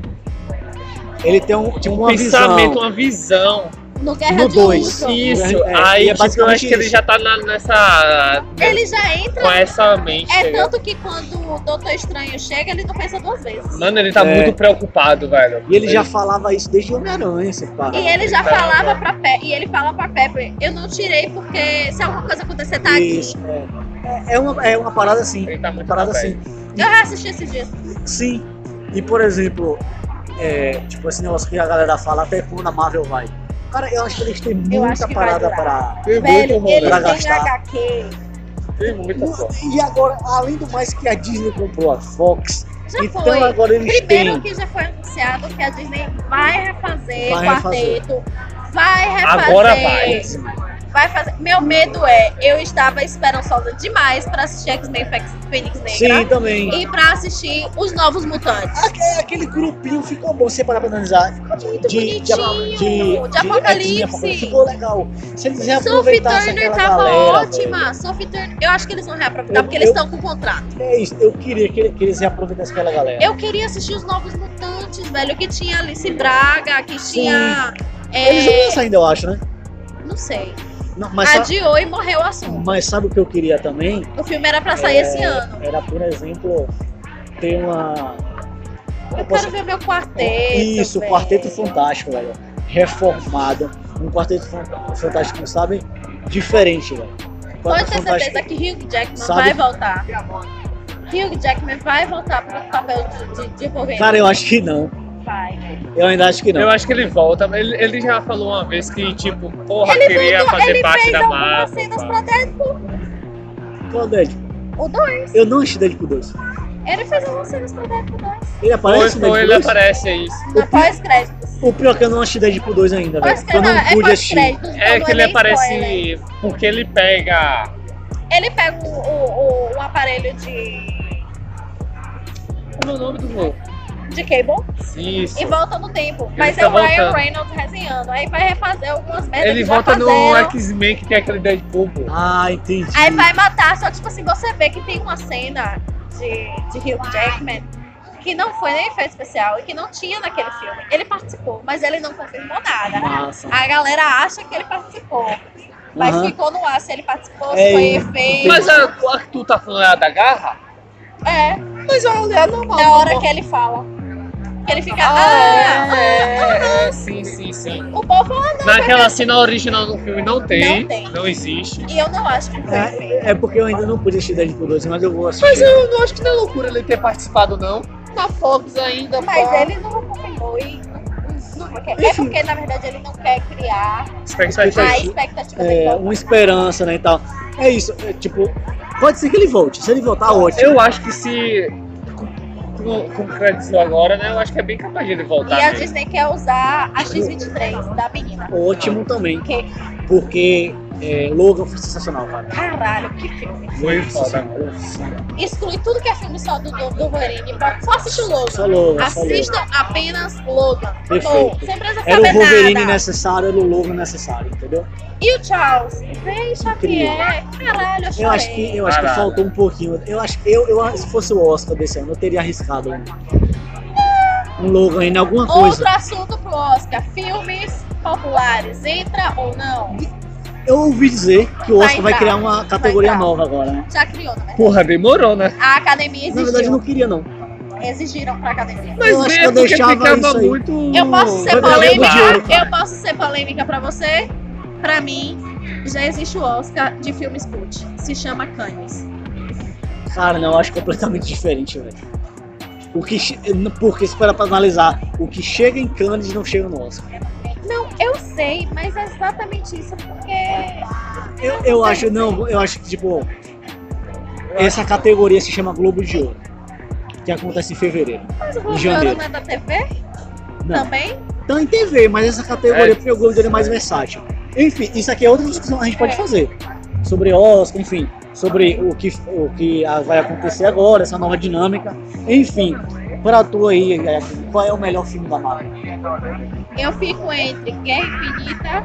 ele tem um, tinha uma pensamento, visão. uma visão. No Guerra No de dois. Ultron. Isso, É, aí é tipo, eu acho basicamente que ele isso. já tá na- nessa. né, Ele já entra. com essa mente. tá É ligado? tanto que quando o Doutor Estranho chega, ele não pensa duas vezes. Mano, ele tá É. muito preocupado, velho. E ele já falava isso desde Homem-Aranha, você para. E ele já Tá. falava pra Pepe, e ele fala pra Pepe, eu não tirei porque se alguma coisa acontecer, tá aqui. Isso, é. É- é uma, é uma parada assim. Ele tá Uma muito parada bad. assim. Eu já assisti esse dia. Sim. E por exemplo, é, tipo esse negócio que a galera fala, até quando a Marvel vai. Cara, eu acho que eles têm acho muita que vai parada durar. pra. Tem Velho, muito ele rolê, Pra tem gastar. HQ. tem muita coisa. E agora, além do mais que a Disney comprou a Fox, Já então foi. agora eles têm. Primeiro que já foi anunciado que a Disney vai refazer Vai refazer. quarteto. Vai refazer. Agora vai. vai fazer. Meu medo é, eu estava esperançosa demais pra assistir X-Men Fe- Fênix Negra Sim, também. e pra assistir Os Novos Mutantes. Aque- Aquele grupinho ficou bom, você parar pra analisar. muito de, de, de- bonitinho, de de- Apocalipse. é, Ficou legal. Se eles Sophie reaproveitassem Turner aquela tava galera, ótima. Sophie Turner, eu acho que eles vão reaproveitar Eu- porque eles eu- estão com contrato. velho, é isso, eu queria que, que eles reaproveitassem aquela galera. Eu queria assistir os novos mutantes, velho, que tinha Alice Braga, que Sim. tinha. Eles não é, lançam ainda, eu acho, né? não sei. Não, mas, sa- Adiou e morreu o assunto. mas sabe o que eu queria também? O filme era pra sair É, esse ano. Era, por exemplo, ter uma. Eu posso- quero ver meu quarteto. Isso, velho. Quarteto Fantástico, velho. Reformado. Um Quarteto Fan- Fantástico, sabe? Diferente, velho. Um Pode Quarteto ter certeza Fantástico. que Hugh Jackman Sabe- vai voltar. Hugh Jackman vai voltar pro papel de, de, de Wolverine. né? Cara, eu acho que não. Vai. Eu ainda acho que não. Eu acho que ele volta, mas ele, ele já falou uma vez que, tipo, porra, Ele queria voltou, fazer ele parte fez da algumas Marvel. cenas pá. pra Qual é o Deadpool? Deadpool 2. Eu não assisti Deadpool 2. Ele fez algumas cenas pra Deadpool 2. Ele Pois, aparece no pô, ele Deadpool 2? aparece, é isso. Na pós-créditos. O pior é que eu não assisti Deadpool 2 ainda, velho. porque Eu Pós-créditos, não é pude assistir. pós-créditos. É não que ele nem aparece spoiler. porque ele pega. Ele pega o, o, o, o aparelho de, Como é o nome do jogo? de cable Isso. e volta no tempo. Mas tá é o Ryan voltando. Reynolds resenhando. Aí vai refazer algumas merdas Ele que já volta no fizeram. X-Men que tem aquele Deadpool. pô. Ah, entendi. Aí vai matar. Só que, tipo assim, você vê que tem uma cena de, de Hugh Jackman que não foi nem efeito especial e que não tinha naquele filme. Ele participou, mas ele não confirmou nada. Massa. A galera acha que ele participou, mas Aham. ficou no ar se ele participou, É, se foi e- efeito. Mas a, a que tu tá falando é a da garra? É. Mas olha, é normal. É a hora que ele fala. Que ele fica. Ah, é, é, sim, sim, sim. o povo fala, Naquela cena original do filme não tem. Não tem. existe. E eu não acho que foi feio. É, é porque eu ainda não pude assistir Deadpool 2, mas eu vou assistir. Mas eu não acho que não é loucura ele ter participado, não. Na Fox ainda, Mas pá. ele não confirmou e não- não não quer. É porque, na verdade, ele não quer criar Expectativa. a expectativa É, dele. uma esperança, né, e tal. É isso, é, tipo, pode ser que ele volte. Se ele Tá voltar, ótimo. Eu acho que se. Com, com crédito agora, né? Eu acho que é bem capaz de ele E voltar. a mesmo. Disney quer usar a X23 da menina. Ótimo também, Porque, porque é, Logan foi sensacional, cara. caralho, que filme. Foi foda. Sensacional, sensacional. Exclui tudo que é filme só do, do, do Wolverine. Bota- Só assiste o Logan. Só Logan, só Logan. Assistam apenas Logan. Acabou. Perfeito. Sem precisa Era saber o Wolverine nada. necessário, era o Logan necessário, entendeu? E o Charles? Vem, Xavier. Caralho, eu chorei. Eu acho que, eu acho que Caralho. faltou um pouquinho. Eu acho que eu, eu, se fosse o Oscar desse ano, eu teria arriscado um, um Logan em alguma coisa. Outro assunto pro Oscar. Filmes populares. Entra ou não? Eu ouvi dizer que o Vai Oscar vai entrar. criar uma categoria entrar. nova agora, né? Já criou, na verdade. Porra, demorou, né? A academia Na verdade, eu exigiu. não queria, não. Exigiram pra academia. Mas Eu acho bem, que eu é porque deixava ficava isso aí. muito. Eu posso ser Vai pegar polêmica? dinheiro, cara. Eu posso ser polêmica pra você? Pra mim, já existe o Oscar de filmes cult. Se chama Cannes. Cara, não, eu acho completamente diferente, velho. O que, che- porque se parar pra analisar, o que chega em Cannes não chega no Oscar. Não, eu sei, mas é exatamente isso porque. Eu, eu acho, não, eu acho que, tipo, essa categoria se chama Globo de Ouro, que acontece em fevereiro. Mas o Globo de Janeiro. Ouro não é da TV? Não. Também? Tá em TV, mas essa categoria, É. porque o Globo de Ouro é mais versátil. Enfim, isso aqui é outra discussão que a gente pode fazer. Sobre Oscar, enfim, sobre o que, o que ah, vai acontecer agora, essa nova dinâmica. Enfim, pra tu aí, Gaia, qual é o melhor filme da Marvel? Eu fico entre Guerra Infinita,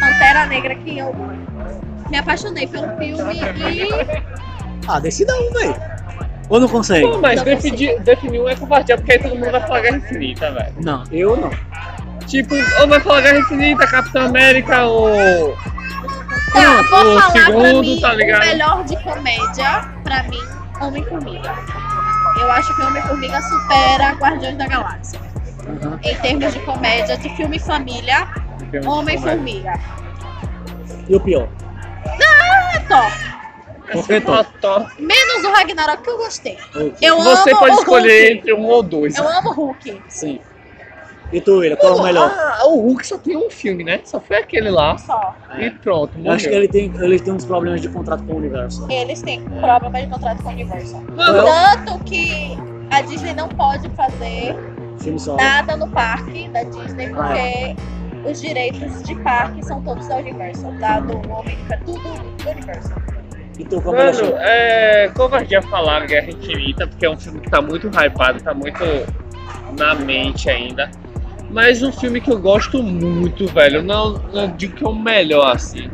Pantera Negra, que eu me apaixonei pelo filme e. Ah, decida um, velho. Ou não consegue? Pô, mas Não definir, definir um é compartilhar, porque aí todo mundo vai falar Guerra Infinita, velho. Não, eu não. Tipo, ou vai falar Guerra Infinita, Capitão América, ou. Tá, Hum, vou o falar pra segundo, mim tá o ligado? melhor de comédia, pra mim, Homem-Formiga. Eu acho que Homem-Formiga supera Guardiões da Galáxia. Uhum. Em termos de comédia, de filme família, Homem-Formiga. E o pior? É top. Por que Só top. Menos o Ragnarok, que eu gostei. Eu- Eu Você amo pode o escolher Hulk. entre um ou dois. Eu amo o Hulk. Sim. E tu, William, qual é o melhor? Ah, o Hulk só tem um filme, né? Só foi aquele lá. Só. E pronto, Eu morreu. acho que ele tem, ele tem uns problemas de contrato com o universo. Eles têm É. problema de contrato com o Universal. Mano, Tanto que a Disney não pode fazer Filme só. nada no parque da Disney, Ah. porque os direitos de parque são todos da Universal, tá? Do homem, tudo do Universal. E tu, qual é o melhor? Mano, filme? é, como eu já falaram, Guerra Infinita, porque é um filme que tá muito hypado, tá muito na mente ainda. Mas um filme que eu gosto muito, velho. Não, não digo que é o melhor, assim.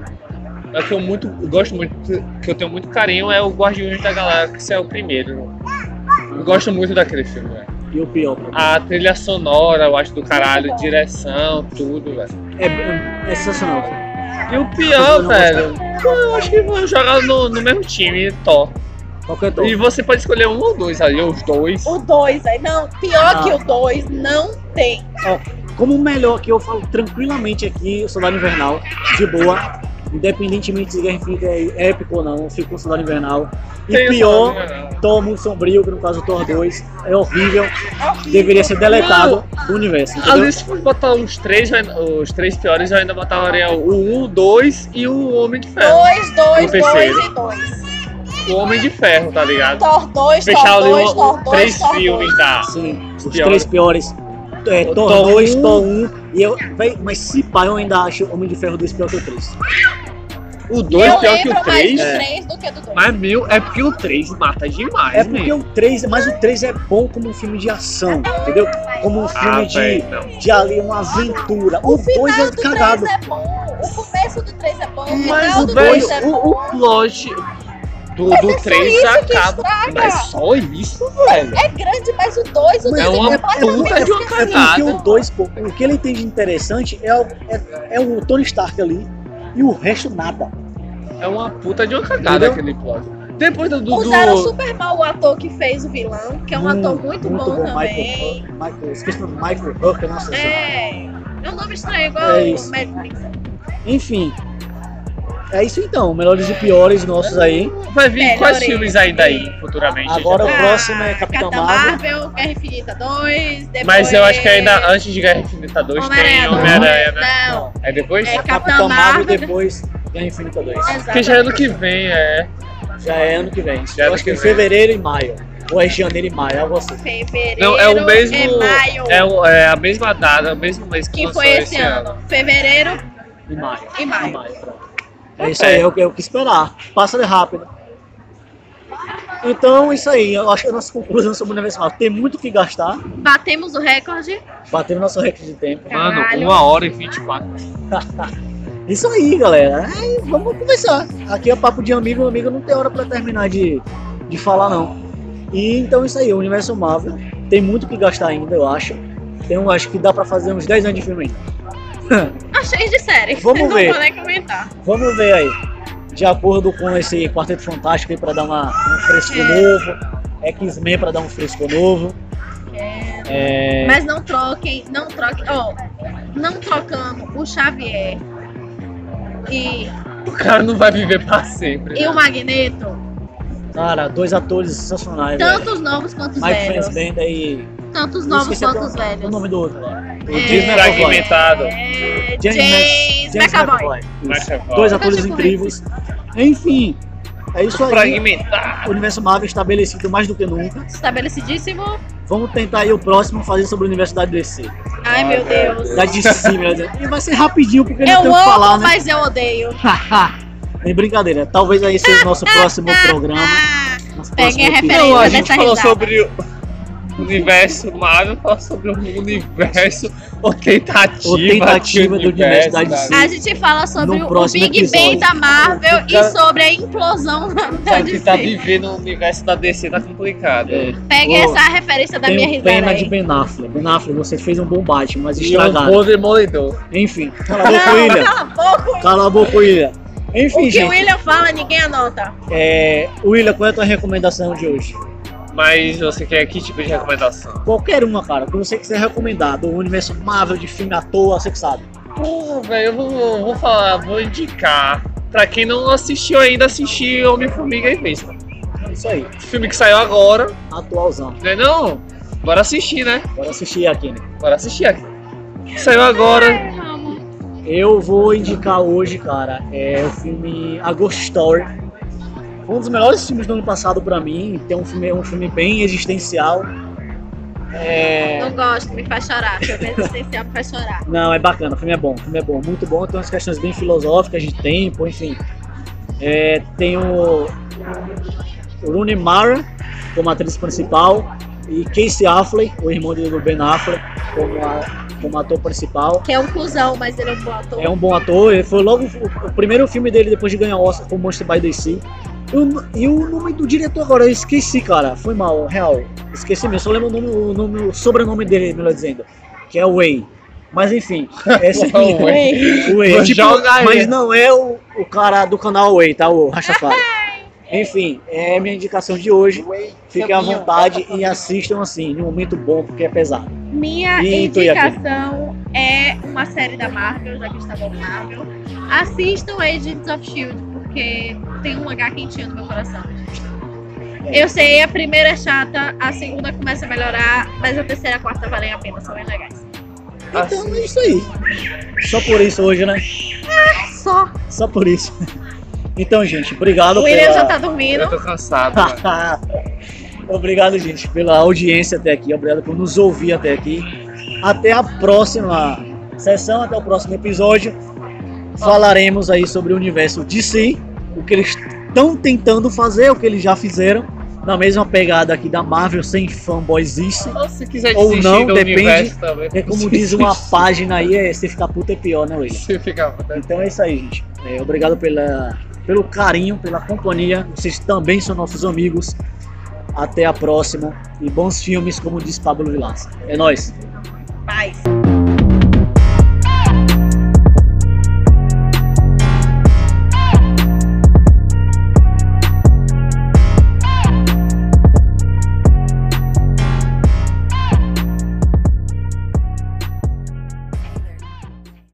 Mas que eu muito eu gosto muito, que eu tenho muito carinho, é o Guardiões da Galáxia, o primeiro. Eu gosto muito daquele filme, velho. E o pior? pra- A trilha sonora, eu acho do caralho, direção, tudo, velho. É, é, é sensacional. cara. E o Eu pior, não velho, eu acho que vou jogar no, no mesmo time, top. Qualquer E top. você pode escolher um ou dois ali, ou os dois. O 2 aí, não, pior Ah. que o 2, não tem. Como o melhor que eu falo tranquilamente aqui, o Soldado Invernal, de boa. Independentemente se Guerra Infinita é épico ou não, fica com o Soldado Invernal. E Tem né? o pior, Soldado Invernal. Thor Mundo Sombrio, que no caso é o Thor 2, é horrível. Deveria ser deletado do universo, entendeu? Ali, se fosse botar os três, os três piores, eu ainda botaria o 1, o 2 e o Homem de Ferro. 2, 2, O 2 terceiro. e 2. O Homem de Ferro, tá ligado? Thor 2, Fechar Thor ali 2, o- Thor 2, três Thor 2. filmes, tá? Sim, os Pior. três piores. É, O Thor Thor 2, um. Thor 1. E eu, véi, mas se pá, eu ainda acho Homem de Ferro 2 pior que o 3. O 2 Eu pior que lembro o mais 3. do 3 do que do 2. Mas, meu, é porque o 3 mata demais, É porque meu. o 3, mas o 3 é bom como um filme de É ação, entendeu? Como um Ah, filme de, velho, não. de ali, uma aventura. O 2 é O final do cagado. 3 é bom, o começo do 3 é bom, o Mas final o do dois 3 é o, bom. o plot do, é do só 3 isso que acaba. estraga. Mas só isso, velho. É grande, mas o 2, o 3 Mas É é uma completamente puta de uma É assim, tipo, porque o cagada. 2, pô, o que ele tem de interessante é, o- é, é o Tony Stark ali e o resto nada. É uma puta de uma cagada Entendeu? aquele plot. Depois do. do, Usaram super mal o ator que fez o vilão, que é um Hum, ator muito, bom, também. Michael, Hur- Michael, esqueci o nome, Michael Hurker, nossa senhora. É. É um nome estranho, igual É o isso. Matt Reeves. Enfim, É isso então, melhores e piores nossos aí. Vai vir Melhor quais aí. filmes ainda aí, futuramente? Agora já? o próximo é Capitão Marvel. Ah, Guerra Infinita 2, depois... Mas eu acho que ainda antes de Guerra Infinita 2 tem Homem-Aranha, Homem-Aranha, né? Não, É depois? É, Capitão Capitão Marvel Marvel. depois Guerra Infinita 2. Porque já é ano que vem, é. Já é ano que vem. Já Eu é ano acho que que em vem. fevereiro e maio. Ou é janeiro e maio, algo assim. Fevereiro Não, é o mesmo. é maio, É, o- é a mesma data, o mesmo mês que, que lançou foi esse ano. Fevereiro Em maio. e Em maio. maio, pronto. É isso aí, é o que, é o que esperar. Passa rápido. Então, isso aí. Eu acho que a nossa conclusão sobre o universo Marvel tem muito o que gastar. Batemos o recorde. Batemos nosso recorde de tempo. Mano, Caralho. uma hora e 24. Isso aí, galera. Aí, vamos conversar. Aqui é papo de amigo, amigo não tem hora pra terminar de, de falar, não. E então isso aí, o universo Marvel tem muito o que gastar ainda, eu acho. Tem, um- acho que dá pra fazer uns 10 anos de filme ainda. Achei de série. Vamos Não ver. vou nem comentar. vamos ver aí. De acordo com esse Quarteto Fantástico aí pra dar uma, um fresco É. novo. X-Men pra dar um fresco novo. É, Mas não troquem, não troquem. Ó, não trocamos o Xavier e, O cara não vai viver pra sempre. né? e o Magneto. cara, dois atores sensacionais, velho. Tanto os novos quanto os É Mike velhos. Fassbender e... Tanto os novos esqueci até quanto os o- O velhos. nome do outro, lá. O É. James McAvoy. Fragmentado. É, James James McAvoy. Isso. McAvoy. Dois Eu tipo atores achei incríveis. Enfim, é isso aí. Fragmentado. O universo Marvel estabelecido mais do que nunca. Estabelecidíssimo. Vamos tentar aí o próximo fazer sobre o universo da DC. Ai, meu Deus. Da DC, meu Deus. E vai ser rapidinho, porque não Eu tem o amo, que falar, né? mas eu odeio. Nem É brincadeira. Talvez aí seja o nosso próximo programa. Ah, Nosso Peguem próximo a episódio. referência. Não, a Peraí, gente dessa falou risada. sobre o universo Marvel, falou sobre o (laughs) universo, ou tentativa, Ou tentativa de do universo da cara. DC. a gente fala sobre No o- o próximo Big Bang episódio. da Marvel Cara- e sobre a implosão da da Cara, que tá DC. vivendo no universo da DC tá complicado. É. Peguem Ô, essa referência né, da minha Tenho risada um pena de aí. Ben Affleck. Ben Affleck, você fez um bom Batman, mas E um estragado. bom demolidor. Enfim, cala a boca, Não, William. cala a boca. Cala a boca, William. O Enfim, que o gente. William fala, ninguém anota. É, William, qual é a tua recomendação de hoje? Mas você quer que tipo de recomendação? Qualquer uma, cara, que você quiser recomendar, do universo Marvel, de filme à toa, você que sabe. Pô, velho, eu vou, vou falar, vou indicar. Pra quem não assistiu ainda, assistir Homem-Formiga e Vespa. É Isso aí, Filme que saiu agora, atualzão. né não? Bora assistir, né? Bora assistir aqui, né? Bora assistir aqui. Saiu agora. Eu vou indicar hoje, cara, é o filme A Ghost Story. Foi um dos melhores filmes do ano passado pra mim. Tem um filme, é um filme bem existencial. É... Não gosto, me faz chorar. Seu existencial me faz chorar. Não, é bacana, o filme é bom, o filme é bom, muito bom. Tem umas questões bem filosóficas de tempo, enfim. É, tem o Rooney Mara como atriz principal e Casey Affleck, o irmão do Ben Affleck, como, a- como ator principal. Que é um cuzão, mas ele é um bom ator. É um bom ator, ele foi logo o, o primeiro filme dele depois de ganhar o Oscar com Monster by the Sea. E o n- E o nome do diretor agora, eu esqueci, cara. Foi mal, real. Esqueci mesmo, só lembro o, nome, o, nome- o sobrenome dele, melhor dizendo. Que é Way. Mas enfim, é (laughs) esse Uau, É Wayne. o Ei, Vou tipo, jogar aí. mas não é o, o cara do canal Way, tá? O Rastafari. Enfim, é minha indicação de hoje. Fiquem à vontade e assistam assim, num momento bom, porque é pesado. Minha E tu, Yasmin? indicação é uma série da Marvel, já que está bom Marvel. Assistam Agents of Shield, porque tem um H quentinho no meu coração. Eu sei, a primeira é chata, a segunda começa a melhorar, mas a terceira e a quarta valem a pena, são bem legais. Então é isso aí. Só por isso hoje, né? Só. Só por isso. (laughs) Então, gente, obrigado O William pela... já tá Eu dormindo. tô cansado. Ah. velho. (laughs) Obrigado, gente, pela audiência até aqui. Obrigado por nos ouvir até aqui. Até a próxima sessão, até o próximo episódio. Falaremos aí sobre o universo DC, o que eles estão tentando fazer, o que eles já fizeram, na mesma pegada aqui da Marvel, sem fanboysice. Ou se quiser Ou desistir não, do depende. universo também. É como diz (laughs) uma página aí, é se ficar puta é pior, né, William? Você fica... Então é isso aí, gente. É, obrigado pela, pelo carinho, pela companhia. Vocês também são nossos amigos. Até a próxima. E bons filmes, como diz Pablo Vilas. É nóis. Paz.